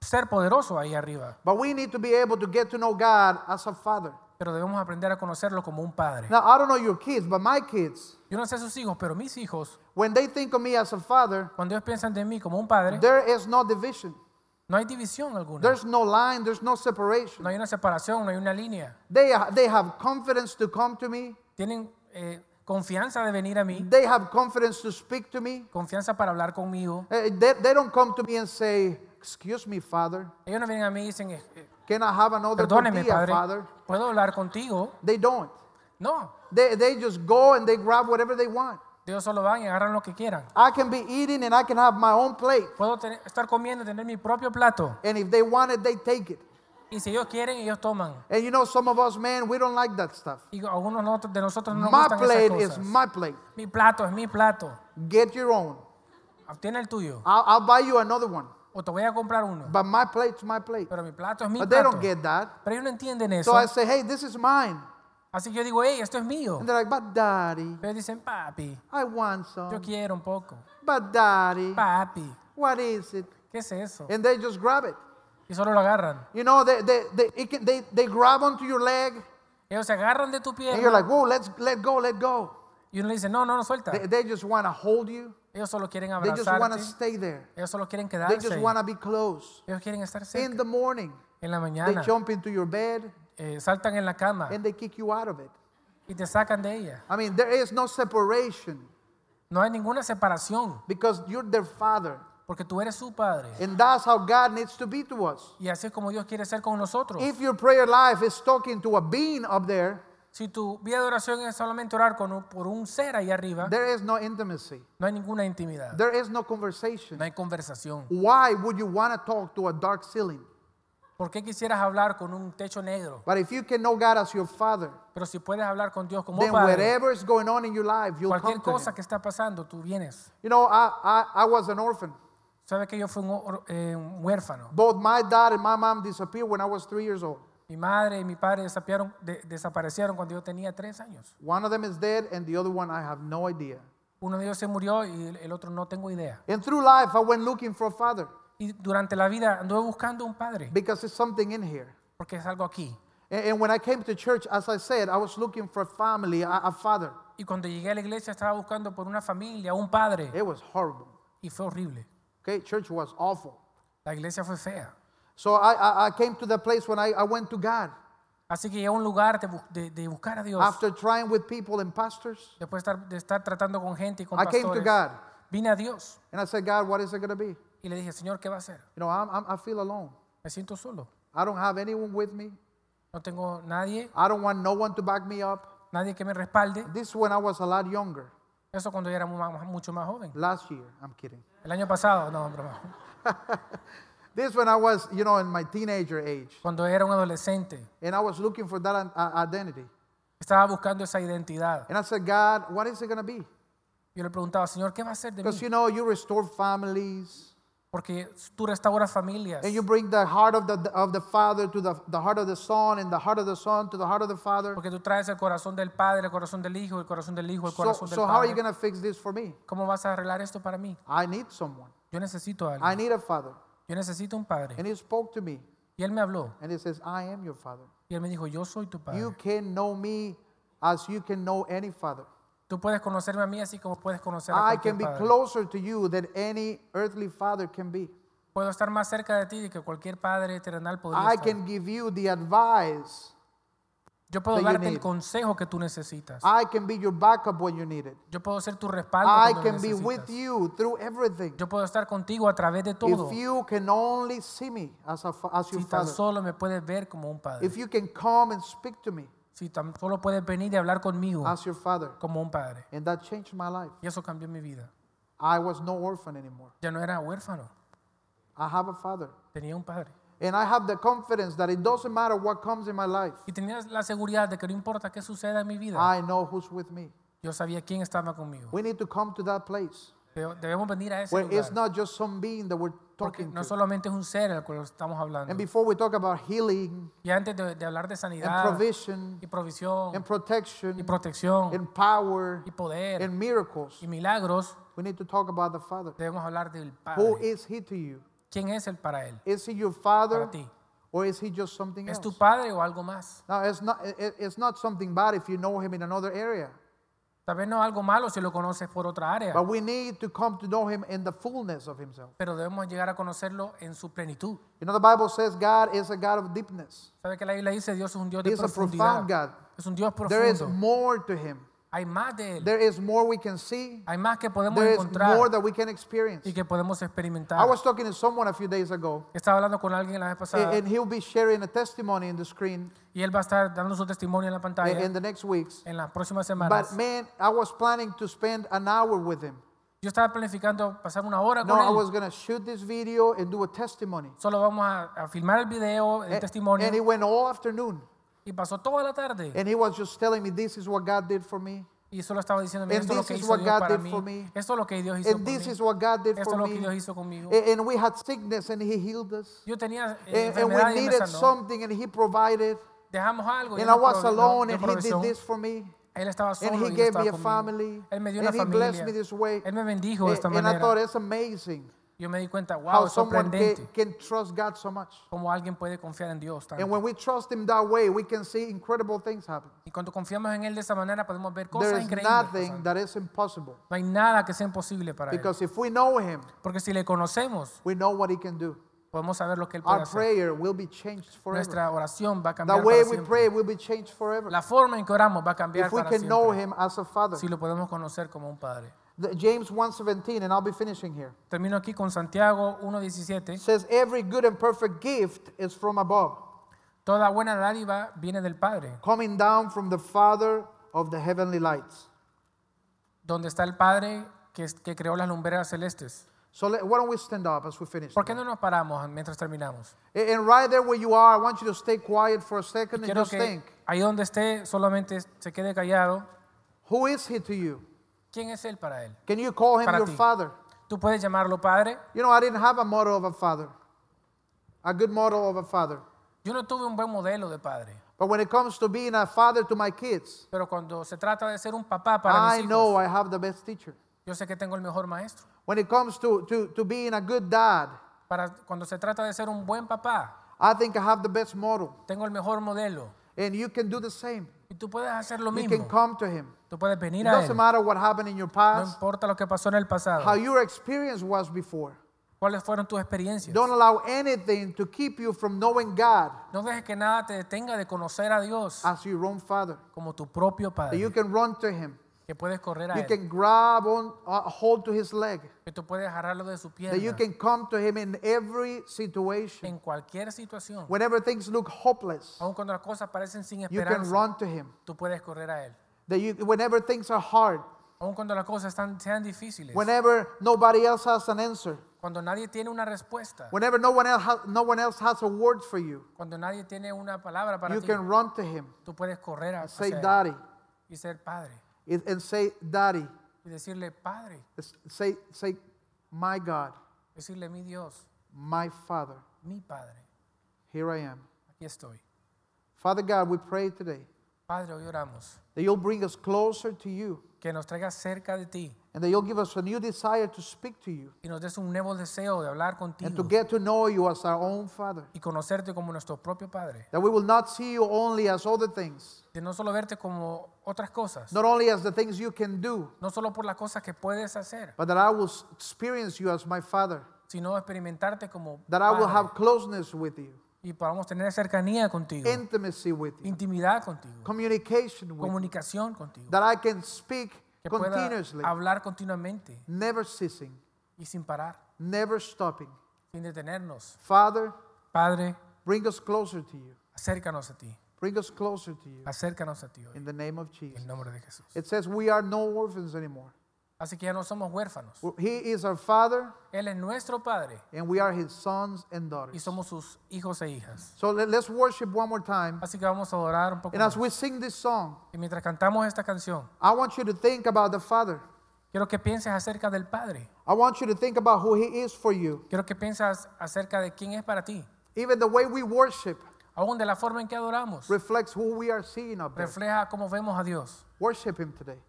Speaker 2: ser poderoso ahí arriba.
Speaker 1: But we need to be able to get to know God as a father.
Speaker 2: Pero debemos aprender a conocerlo como un padre.
Speaker 1: Now, I don't know your kids, but my kids,
Speaker 2: Yo no sé sus hijos, pero mis hijos,
Speaker 1: when they think of me as a father,
Speaker 2: cuando ellos piensan de mí como un padre,
Speaker 1: there is no division,
Speaker 2: no hay división alguna.
Speaker 1: there's no line, there's no separation.
Speaker 2: No hay una separación, no hay una línea.
Speaker 1: They, they have confidence to come to me.
Speaker 2: Tienen eh, confianza de venir a mí,
Speaker 1: They have confidence to speak to me.
Speaker 2: confianza para hablar conmigo.
Speaker 1: Eh, They, they don't come to me and say, Excuse me, Father.
Speaker 2: Ellos no vienen a mí y dicen, eh, eh,
Speaker 1: Can I have another
Speaker 2: perdóneme,
Speaker 1: tortilla,
Speaker 2: padre,
Speaker 1: Father?
Speaker 2: ¿puedo hablar contigo?
Speaker 1: They don't.
Speaker 2: No,
Speaker 1: They, they just go and they grab whatever they want.
Speaker 2: ellos solo van y agarran lo que quieran.
Speaker 1: I can be eating and I can have my own plate.
Speaker 2: Puedo tener- estar comiendo y tener mi propio plato.
Speaker 1: And if they want it, they take it.
Speaker 2: Y si ellos quieren, ellos toman.
Speaker 1: And you know, some of us, man, we don't like that stuff.
Speaker 2: Y algunos no- de nosotros no nos
Speaker 1: My
Speaker 2: gustan
Speaker 1: plate
Speaker 2: esas
Speaker 1: is
Speaker 2: cosas.
Speaker 1: my plate.
Speaker 2: Mi plato es mi plato.
Speaker 1: Get your own.
Speaker 2: Obtiene el tuyo.
Speaker 1: I'll, I'll buy you another one.
Speaker 2: O te voy a comprar uno.
Speaker 1: But my plate's my plate.
Speaker 2: Pero mi plato es mi
Speaker 1: But they
Speaker 2: plato.
Speaker 1: don't get that.
Speaker 2: Pero ellos no entienden eso.
Speaker 1: So I say, hey, this is mine.
Speaker 2: Así que yo digo, hey, esto es mío.
Speaker 1: And they're like, but daddy,
Speaker 2: Pero dicen, papi,
Speaker 1: I want
Speaker 2: yo
Speaker 1: some.
Speaker 2: quiero un poco.
Speaker 1: But daddy,
Speaker 2: Papi,
Speaker 1: what is it?
Speaker 2: ¿qué es eso?
Speaker 1: And they just grab it.
Speaker 2: Y solo lo agarran.
Speaker 1: You know, they, they, they, it can, they, they grab onto your leg
Speaker 2: Ellos se agarran de tu
Speaker 1: and you're
Speaker 2: pierna.
Speaker 1: like, whoa, let's let go, let go.
Speaker 2: Y uno le dice, no, no, no, suelta.
Speaker 1: They, they just want to hold you.
Speaker 2: Ellos solo quieren
Speaker 1: They just want to
Speaker 2: abrazarte.
Speaker 1: stay there.
Speaker 2: Ellos solo quieren
Speaker 1: They
Speaker 2: quedarse.
Speaker 1: just
Speaker 2: ahí.
Speaker 1: want to be close.
Speaker 2: Ellos quieren estar
Speaker 1: In
Speaker 2: cerca.
Speaker 1: the morning,
Speaker 2: En la
Speaker 1: they
Speaker 2: mañana
Speaker 1: jump into your bed
Speaker 2: eh, saltan en la cama
Speaker 1: and they kick you out of it.
Speaker 2: y te sacan de ella.
Speaker 1: I mean, there is no separation
Speaker 2: No hay ninguna separación
Speaker 1: because you're their father.
Speaker 2: porque tú eres su padre.
Speaker 1: And that's how God needs to be to us.
Speaker 2: Y así es como Dios quiere ser con nosotros.
Speaker 1: If your prayer life is talking to a being up there,
Speaker 2: Si tu vida de oración es solamente orar con un- por un ser ahí arriba,
Speaker 1: there is no intimacy,
Speaker 2: no hay ninguna intimidad,
Speaker 1: there is no conversation.
Speaker 2: no hay conversación.
Speaker 1: Why would you want to talk to a dark ceiling?
Speaker 2: ¿Por qué quisieras hablar con un techo negro?
Speaker 1: But if you can know God as your father,
Speaker 2: Pero si puedes hablar con Dios como
Speaker 1: then
Speaker 2: padre,
Speaker 1: whatever is going on in your life, you'll
Speaker 2: cualquier
Speaker 1: come to him.
Speaker 2: cosa que está pasando, tú vienes.
Speaker 1: You know, I, I, I was an orphan.
Speaker 2: Sabes que yo fui un, or- eh, un huérfano.
Speaker 1: Both my dad and my mom disappeared when I was three years old.
Speaker 2: Mi madre y mi padre desapiaron- de- desaparecieron cuando yo tenía tres años.
Speaker 1: One of them is dead, and the other one, I have no idea.
Speaker 2: Uno de ellos se murió y el- el otro no tengo idea.
Speaker 1: And through life, I went looking for a father
Speaker 2: Y durante la vida anduve buscando un padre,
Speaker 1: because it's something in here.
Speaker 2: porque es algo aquí.
Speaker 1: And, and when I came to church, as I said, I was looking for a family, a, a father.
Speaker 2: Y cuando llegué a la iglesia estaba buscando por una familia, un padre,
Speaker 1: It was horrible.
Speaker 2: y fue horrible.
Speaker 1: Okay, church was awful.
Speaker 2: La iglesia fue fea.
Speaker 1: So I, I, I came to the place when I, I went to God
Speaker 2: Así que llegué a un lugar de, bu- de- de buscar a Dios.
Speaker 1: after trying with people and pastors.
Speaker 2: Después de estar, de estar tratando con gente y con
Speaker 1: I came to
Speaker 2: pastores,
Speaker 1: God.
Speaker 2: vine a Dios
Speaker 1: And I said, God, what is it going to be? You
Speaker 2: y le dije, Señor, ¿qué va a hacer?
Speaker 1: know, I'm, I'm, I feel alone.
Speaker 2: Me siento solo.
Speaker 1: I don't have anyone with me.
Speaker 2: No tengo nadie,
Speaker 1: I don't want no one to back me up.
Speaker 2: nadie que me respalde.
Speaker 1: This is when I was a lot younger.
Speaker 2: Eso cuando yo era mu- más- mucho más joven.
Speaker 1: Last year, I'm kidding.
Speaker 2: El año pasado, no, broma.
Speaker 1: This is when I was, you know, in my teenager age,
Speaker 2: Cuando era un adolescente,
Speaker 1: and I was looking for that uh, identity.
Speaker 2: estaba buscando esa identidad.
Speaker 1: And I said, God, what is it gonna be?
Speaker 2: Yo le preguntaba, Señor, ¿qué va a hacer de mí?
Speaker 1: Because you know, you restore families,
Speaker 2: Porque tú restauras familias.
Speaker 1: and you bring the heart of the of the father to the, the heart of the son, and the heart of the son to the heart of the father.
Speaker 2: Porque tú traes el corazón del padre, el corazón del hijo, el corazón del hijo, el
Speaker 1: So,
Speaker 2: corazón del
Speaker 1: so how are
Speaker 2: padre.
Speaker 1: you gonna fix this for me?
Speaker 2: ¿Cómo vas a arreglar esto para mí?
Speaker 1: I need someone.
Speaker 2: Yo necesito a
Speaker 1: I
Speaker 2: alguien.
Speaker 1: need a father.
Speaker 2: Yo necesito un padre.
Speaker 1: And he spoke to me,
Speaker 2: Y él me habló.
Speaker 1: and he says, I am your father.
Speaker 2: Y él me dijo, yo soy tu padre.
Speaker 1: You can know me as you can know any father.
Speaker 2: Tú puedes conocerme a mí así como puedes conocer a
Speaker 1: I
Speaker 2: cualquier
Speaker 1: can be
Speaker 2: padre.
Speaker 1: closer to you than any earthly father can be.
Speaker 2: Puedo estar más cerca de ti de que cualquier padre terrenal podría
Speaker 1: I
Speaker 2: estar.
Speaker 1: can give you the advice.
Speaker 2: Yo puedo
Speaker 1: that you
Speaker 2: darte el
Speaker 1: need.
Speaker 2: consejo que tú necesitas.
Speaker 1: I can be your backup when you need it.
Speaker 2: Yo puedo ser tu respaldo
Speaker 1: I
Speaker 2: cuando lo
Speaker 1: can be with
Speaker 2: necesitas.
Speaker 1: you through everything.
Speaker 2: Yo puedo estar contigo a través de todo.
Speaker 1: If you can only see me as, a, fa- as your
Speaker 2: Si tan
Speaker 1: father,
Speaker 2: solo me puedes ver como un padre.
Speaker 1: if you can come and speak to me
Speaker 2: Si tan solo puedes venir y hablar conmigo
Speaker 1: as your father,
Speaker 2: como un padre.
Speaker 1: and that changed my life.
Speaker 2: Y eso cambió mi vida.
Speaker 1: I was no orphan anymore.
Speaker 2: Ya no era huérfano.
Speaker 1: I have a father.
Speaker 2: Tenía un padre.
Speaker 1: And I have the confidence that it doesn't matter what comes in my life,
Speaker 2: Y tenía la seguridad de que no importa qué suceda en mi vida,
Speaker 1: I know who's with me.
Speaker 2: yo sabía quién estaba conmigo.
Speaker 1: We need to come to that place
Speaker 2: Deb- Debemos venir a ese
Speaker 1: where Pues, it's
Speaker 2: lugar.
Speaker 1: not just some being that we're
Speaker 2: Porque
Speaker 1: talking
Speaker 2: no
Speaker 1: to.
Speaker 2: solamente es un ser al cual estamos
Speaker 1: And
Speaker 2: hablando.
Speaker 1: before we talk about healing
Speaker 2: Y antes de, de hablar de
Speaker 1: and
Speaker 2: sanidad
Speaker 1: provision
Speaker 2: y provisión
Speaker 1: and
Speaker 2: y
Speaker 1: protection
Speaker 2: protección
Speaker 1: and power
Speaker 2: y poder
Speaker 1: and miracles,
Speaker 2: y milagros,
Speaker 1: we need to talk about the Father.
Speaker 2: debemos hablar del
Speaker 1: Who
Speaker 2: Padre.
Speaker 1: is He to you?
Speaker 2: ¿Quién es el para Él?
Speaker 1: Is He your
Speaker 2: Para
Speaker 1: Father
Speaker 2: ti.
Speaker 1: or is He just something
Speaker 2: ¿Es
Speaker 1: else?
Speaker 2: tu Padre o algo más?
Speaker 1: Now, it's not, it- it- it's not something bad if you know Him in another area,
Speaker 2: Tal vez no algo malo si lo conoces por otra área,
Speaker 1: but we need to come to know Him in the fullness of Himself.
Speaker 2: pero debemos llegar a conocerlo en su plenitud.
Speaker 1: You know, the Bible says God is a God of deepness.
Speaker 2: ¿Sabe que la Biblia dice Dios es un Dios de
Speaker 1: He's a
Speaker 2: profundidad?
Speaker 1: profound God.
Speaker 2: Es un Dios
Speaker 1: There is
Speaker 2: profundo.
Speaker 1: more to Him.
Speaker 2: Hay más de Él.
Speaker 1: There is more we can see.
Speaker 2: Hay más que podemos
Speaker 1: There is
Speaker 2: encontrar
Speaker 1: more that we can experience.
Speaker 2: y que podemos experimentar.
Speaker 1: I was talking to someone a few days ago,
Speaker 2: Estaba hablando con alguien la vez pasada
Speaker 1: and and he'll be sharing a testimony in the screen
Speaker 2: y él va a estar dando su testimonio en la pantalla
Speaker 1: in the next weeks.
Speaker 2: en las próximas
Speaker 1: But
Speaker 2: semanas.
Speaker 1: man, I was planning to spend an hour with him.
Speaker 2: Yo estaba planificando pasar una hora
Speaker 1: No,
Speaker 2: Ah, con
Speaker 1: I
Speaker 2: él.
Speaker 1: was going to shoot this video and do a testimony.
Speaker 2: Solo vamos a, a filmar el video, el
Speaker 1: A-
Speaker 2: testimonio.
Speaker 1: And he went all afternoon.
Speaker 2: y pasó toda la tarde
Speaker 1: And he was just telling me, this is what God did for me.
Speaker 2: y solo estaba diciendo
Speaker 1: and
Speaker 2: esto es lo
Speaker 1: this
Speaker 2: que
Speaker 1: is
Speaker 2: hizo
Speaker 1: what
Speaker 2: Dios
Speaker 1: God
Speaker 2: para
Speaker 1: did for
Speaker 2: mí
Speaker 1: me.
Speaker 2: esto es lo que Dios hizo
Speaker 1: And
Speaker 2: por
Speaker 1: this
Speaker 2: mí
Speaker 1: is what God did
Speaker 2: esto es
Speaker 1: for
Speaker 2: lo que
Speaker 1: me.
Speaker 2: Dios hizo conmigo
Speaker 1: A- And we had sickness and he healed us.
Speaker 2: yo tenía
Speaker 1: A-
Speaker 2: eh,
Speaker 1: And
Speaker 2: enfermedad
Speaker 1: we
Speaker 2: y él me
Speaker 1: needed
Speaker 2: sanó.
Speaker 1: something and he provided.
Speaker 2: dejamos algo y
Speaker 1: And
Speaker 2: él
Speaker 1: I
Speaker 2: me
Speaker 1: was
Speaker 2: prove- no-
Speaker 1: alone
Speaker 2: dio
Speaker 1: and he did
Speaker 2: provisión.
Speaker 1: this for me.
Speaker 2: él estaba
Speaker 1: And
Speaker 2: solo
Speaker 1: he
Speaker 2: y él
Speaker 1: gave
Speaker 2: estaba
Speaker 1: me a
Speaker 2: conmigo.
Speaker 1: family.
Speaker 2: él me dio
Speaker 1: and
Speaker 2: una
Speaker 1: he blessed
Speaker 2: familia
Speaker 1: me this way.
Speaker 2: él me bendijo de
Speaker 1: A-
Speaker 2: esta
Speaker 1: And I
Speaker 2: manera
Speaker 1: thought it's amazing
Speaker 2: yo me di cuenta wow
Speaker 1: how
Speaker 2: es
Speaker 1: someone can,
Speaker 2: sorprendente
Speaker 1: can trust God so much.
Speaker 2: cómo alguien puede confiar en Dios tanto.
Speaker 1: And when we trust him that way, we can see incredible things happen.
Speaker 2: y cuando confiamos en él de esa manera podemos ver
Speaker 1: There
Speaker 2: cosas
Speaker 1: is
Speaker 2: increíbles
Speaker 1: nothing
Speaker 2: pasando.
Speaker 1: that is impossible.
Speaker 2: no hay nada que sea imposible para él
Speaker 1: Because if we know him,
Speaker 2: porque si le conocemos
Speaker 1: we know what he can do.
Speaker 2: podemos saber lo que él puede
Speaker 1: Our
Speaker 2: hacer
Speaker 1: prayer will be changed forever.
Speaker 2: nuestra oración va a cambiar
Speaker 1: The
Speaker 2: para
Speaker 1: way we
Speaker 2: siempre.
Speaker 1: pray will be changed forever.
Speaker 2: La forma en que oramos va a cambiar
Speaker 1: If we
Speaker 2: para
Speaker 1: can know
Speaker 2: siempre
Speaker 1: him as a father.
Speaker 2: si lo podemos conocer como un padre.
Speaker 1: The- James 1:17 and I'll be finishing here.
Speaker 2: Termino aquí con Santiago 1.17.
Speaker 1: Says every good and perfect gift is from above,
Speaker 2: Toda buena dádiva viene del Padre.
Speaker 1: coming down from the father of the heavenly lights.
Speaker 2: Donde está el Padre que, es- que creó las lumbreras celestes.
Speaker 1: So let, why don't we stand up as we finish?
Speaker 2: ¿Por qué no nos paramos mientras terminamos?
Speaker 1: A- And right there where you are, I want you to stay quiet for a second and
Speaker 2: Quiero
Speaker 1: just
Speaker 2: que
Speaker 1: think,
Speaker 2: ahí donde esté solamente se quede callado.
Speaker 1: who is he to you?
Speaker 2: ¿Quién es Él para Él?
Speaker 1: Can you call him
Speaker 2: Para
Speaker 1: your
Speaker 2: ti.
Speaker 1: father?
Speaker 2: Tú puedes llamarlo Padre.
Speaker 1: You know, I didn't have a model of a father, a good model of a father.
Speaker 2: Yo no tuve un buen modelo de padre.
Speaker 1: But when it comes to being a father to my kids,
Speaker 2: Pero cuando se trata de ser un papá para
Speaker 1: I
Speaker 2: mis
Speaker 1: know
Speaker 2: hijos,
Speaker 1: I have the best teacher.
Speaker 2: yo sé que tengo el mejor maestro.
Speaker 1: When it comes to, to, to being a good dad,
Speaker 2: Para cuando se trata de ser un buen papá,
Speaker 1: I think I have the best model.
Speaker 2: tengo el mejor modelo.
Speaker 1: And you can do the same.
Speaker 2: Y tú puedes hacer lo
Speaker 1: You can
Speaker 2: mismo.
Speaker 1: come to him.
Speaker 2: Tú puedes venir
Speaker 1: it
Speaker 2: a
Speaker 1: doesn't
Speaker 2: él.
Speaker 1: matter what happened in your
Speaker 2: No
Speaker 1: past,
Speaker 2: importa lo que pasó en el
Speaker 1: how
Speaker 2: pasado.
Speaker 1: your experience was before.
Speaker 2: ¿Cuáles fueron tus experiencias?
Speaker 1: Don't allow anything to keep you from knowing God
Speaker 2: No dejes que nada te detenga de conocer a Dios
Speaker 1: as your own father.
Speaker 2: como tu propio
Speaker 1: That Ah. you
Speaker 2: Padre.
Speaker 1: can run to him.
Speaker 2: Que puedes correr a
Speaker 1: You
Speaker 2: él.
Speaker 1: can grab on uh, hold to his leg.
Speaker 2: Que tú puedes agarrarlo de su
Speaker 1: That you
Speaker 2: pierna
Speaker 1: can come to him in every situation.
Speaker 2: en cualquier situación.
Speaker 1: Whenever things look hopeless,
Speaker 2: Aun cuando las cosas parecen sin
Speaker 1: you can
Speaker 2: esperanza,
Speaker 1: run to him.
Speaker 2: tú puedes correr a él.
Speaker 1: That you whenever things are hard,
Speaker 2: Aun cuando las cosas están, sean difíciles.
Speaker 1: whenever nobody else has an answer,
Speaker 2: Cuando nadie tiene una respuesta.
Speaker 1: whenever no one else has, no one else has a word for you,
Speaker 2: Cuando nadie tiene una palabra para
Speaker 1: you
Speaker 2: ti.
Speaker 1: can run to him.
Speaker 2: Tú puedes correr a
Speaker 1: Say,
Speaker 2: hacia él
Speaker 1: Daddy,
Speaker 2: y ser padre.
Speaker 1: It- and say, Daddy,
Speaker 2: Y decirle, Padre.
Speaker 1: S- say, say, my God,
Speaker 2: Decirle, mi Dios,
Speaker 1: my Father,
Speaker 2: mi Padre.
Speaker 1: here I am.
Speaker 2: Aquí estoy.
Speaker 1: Father God, we pray today
Speaker 2: Padre, hoy oramos
Speaker 1: that you'll bring us closer to you
Speaker 2: que nos traigas cerca de ti
Speaker 1: and that you'll give us a new desire to speak to you
Speaker 2: y nos des un nuevo deseo de hablar
Speaker 1: and to
Speaker 2: contigo
Speaker 1: get to know you as our own Father.
Speaker 2: y conocerte como nuestro propio Padre.
Speaker 1: That we will not see you only as other things,
Speaker 2: De no solo verte como otras cosas,
Speaker 1: not only as the things you can do,
Speaker 2: no solo por las cosas que puedes hacer,
Speaker 1: but that I will s- experience you as my Father,
Speaker 2: sino experimentarte como
Speaker 1: that I will
Speaker 2: padre
Speaker 1: have closeness with you,
Speaker 2: y podamos tener cercanía contigo,
Speaker 1: intimacy with you,
Speaker 2: intimidad contigo,
Speaker 1: communication with you,
Speaker 2: comunicación contigo,
Speaker 1: that I can speak
Speaker 2: que pueda
Speaker 1: continuously,
Speaker 2: hablar continuamente
Speaker 1: never ceasing,
Speaker 2: y sin parar,
Speaker 1: never stopping.
Speaker 2: sin detenernos.
Speaker 1: Father,
Speaker 2: Padre,
Speaker 1: bring us closer to you.
Speaker 2: acércanos a ti,
Speaker 1: Bring us closer to you
Speaker 2: acércanos a ti hoy,
Speaker 1: in the name of
Speaker 2: en
Speaker 1: Jesus.
Speaker 2: nombre de Jesús.
Speaker 1: It says we are no orphans anymore.
Speaker 2: Así que ya no somos huérfanos.
Speaker 1: He is our Father,
Speaker 2: Él es nuestro Padre
Speaker 1: and we are His sons and
Speaker 2: y
Speaker 1: daughters.
Speaker 2: somos sus hijos e hijas.
Speaker 1: So let, us worship one more time.
Speaker 2: Así que vamos a adorar un poco.
Speaker 1: And as
Speaker 2: más.
Speaker 1: we sing this song,
Speaker 2: Y mientras cantamos esta canción,
Speaker 1: I want you to think about the Father.
Speaker 2: quiero que pienses acerca del Padre.
Speaker 1: I want you to think about who He is for you.
Speaker 2: Quiero que pienses acerca de quién es para ti.
Speaker 1: Even the way we worship
Speaker 2: Aún de la forma en que adoramos,
Speaker 1: reflects who we are seeing up there.
Speaker 2: refleja cómo vemos a Dios.
Speaker 1: Worship Him today.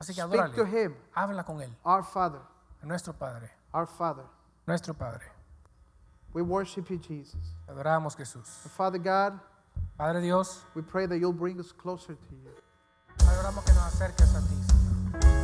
Speaker 2: Así que
Speaker 1: Speak to
Speaker 2: adórale.
Speaker 1: Him,
Speaker 2: Habla con Él,
Speaker 1: our Father,
Speaker 2: nuestro Padre,
Speaker 1: our Father.
Speaker 2: nuestro Padre.
Speaker 1: We worship you, Jesus.
Speaker 2: Te Adoramos Jesús.
Speaker 1: Father God,
Speaker 2: Padre Dios,
Speaker 1: we pray that you'll bring us closer to you.
Speaker 2: adoramos que nos acerques a ti, Señor.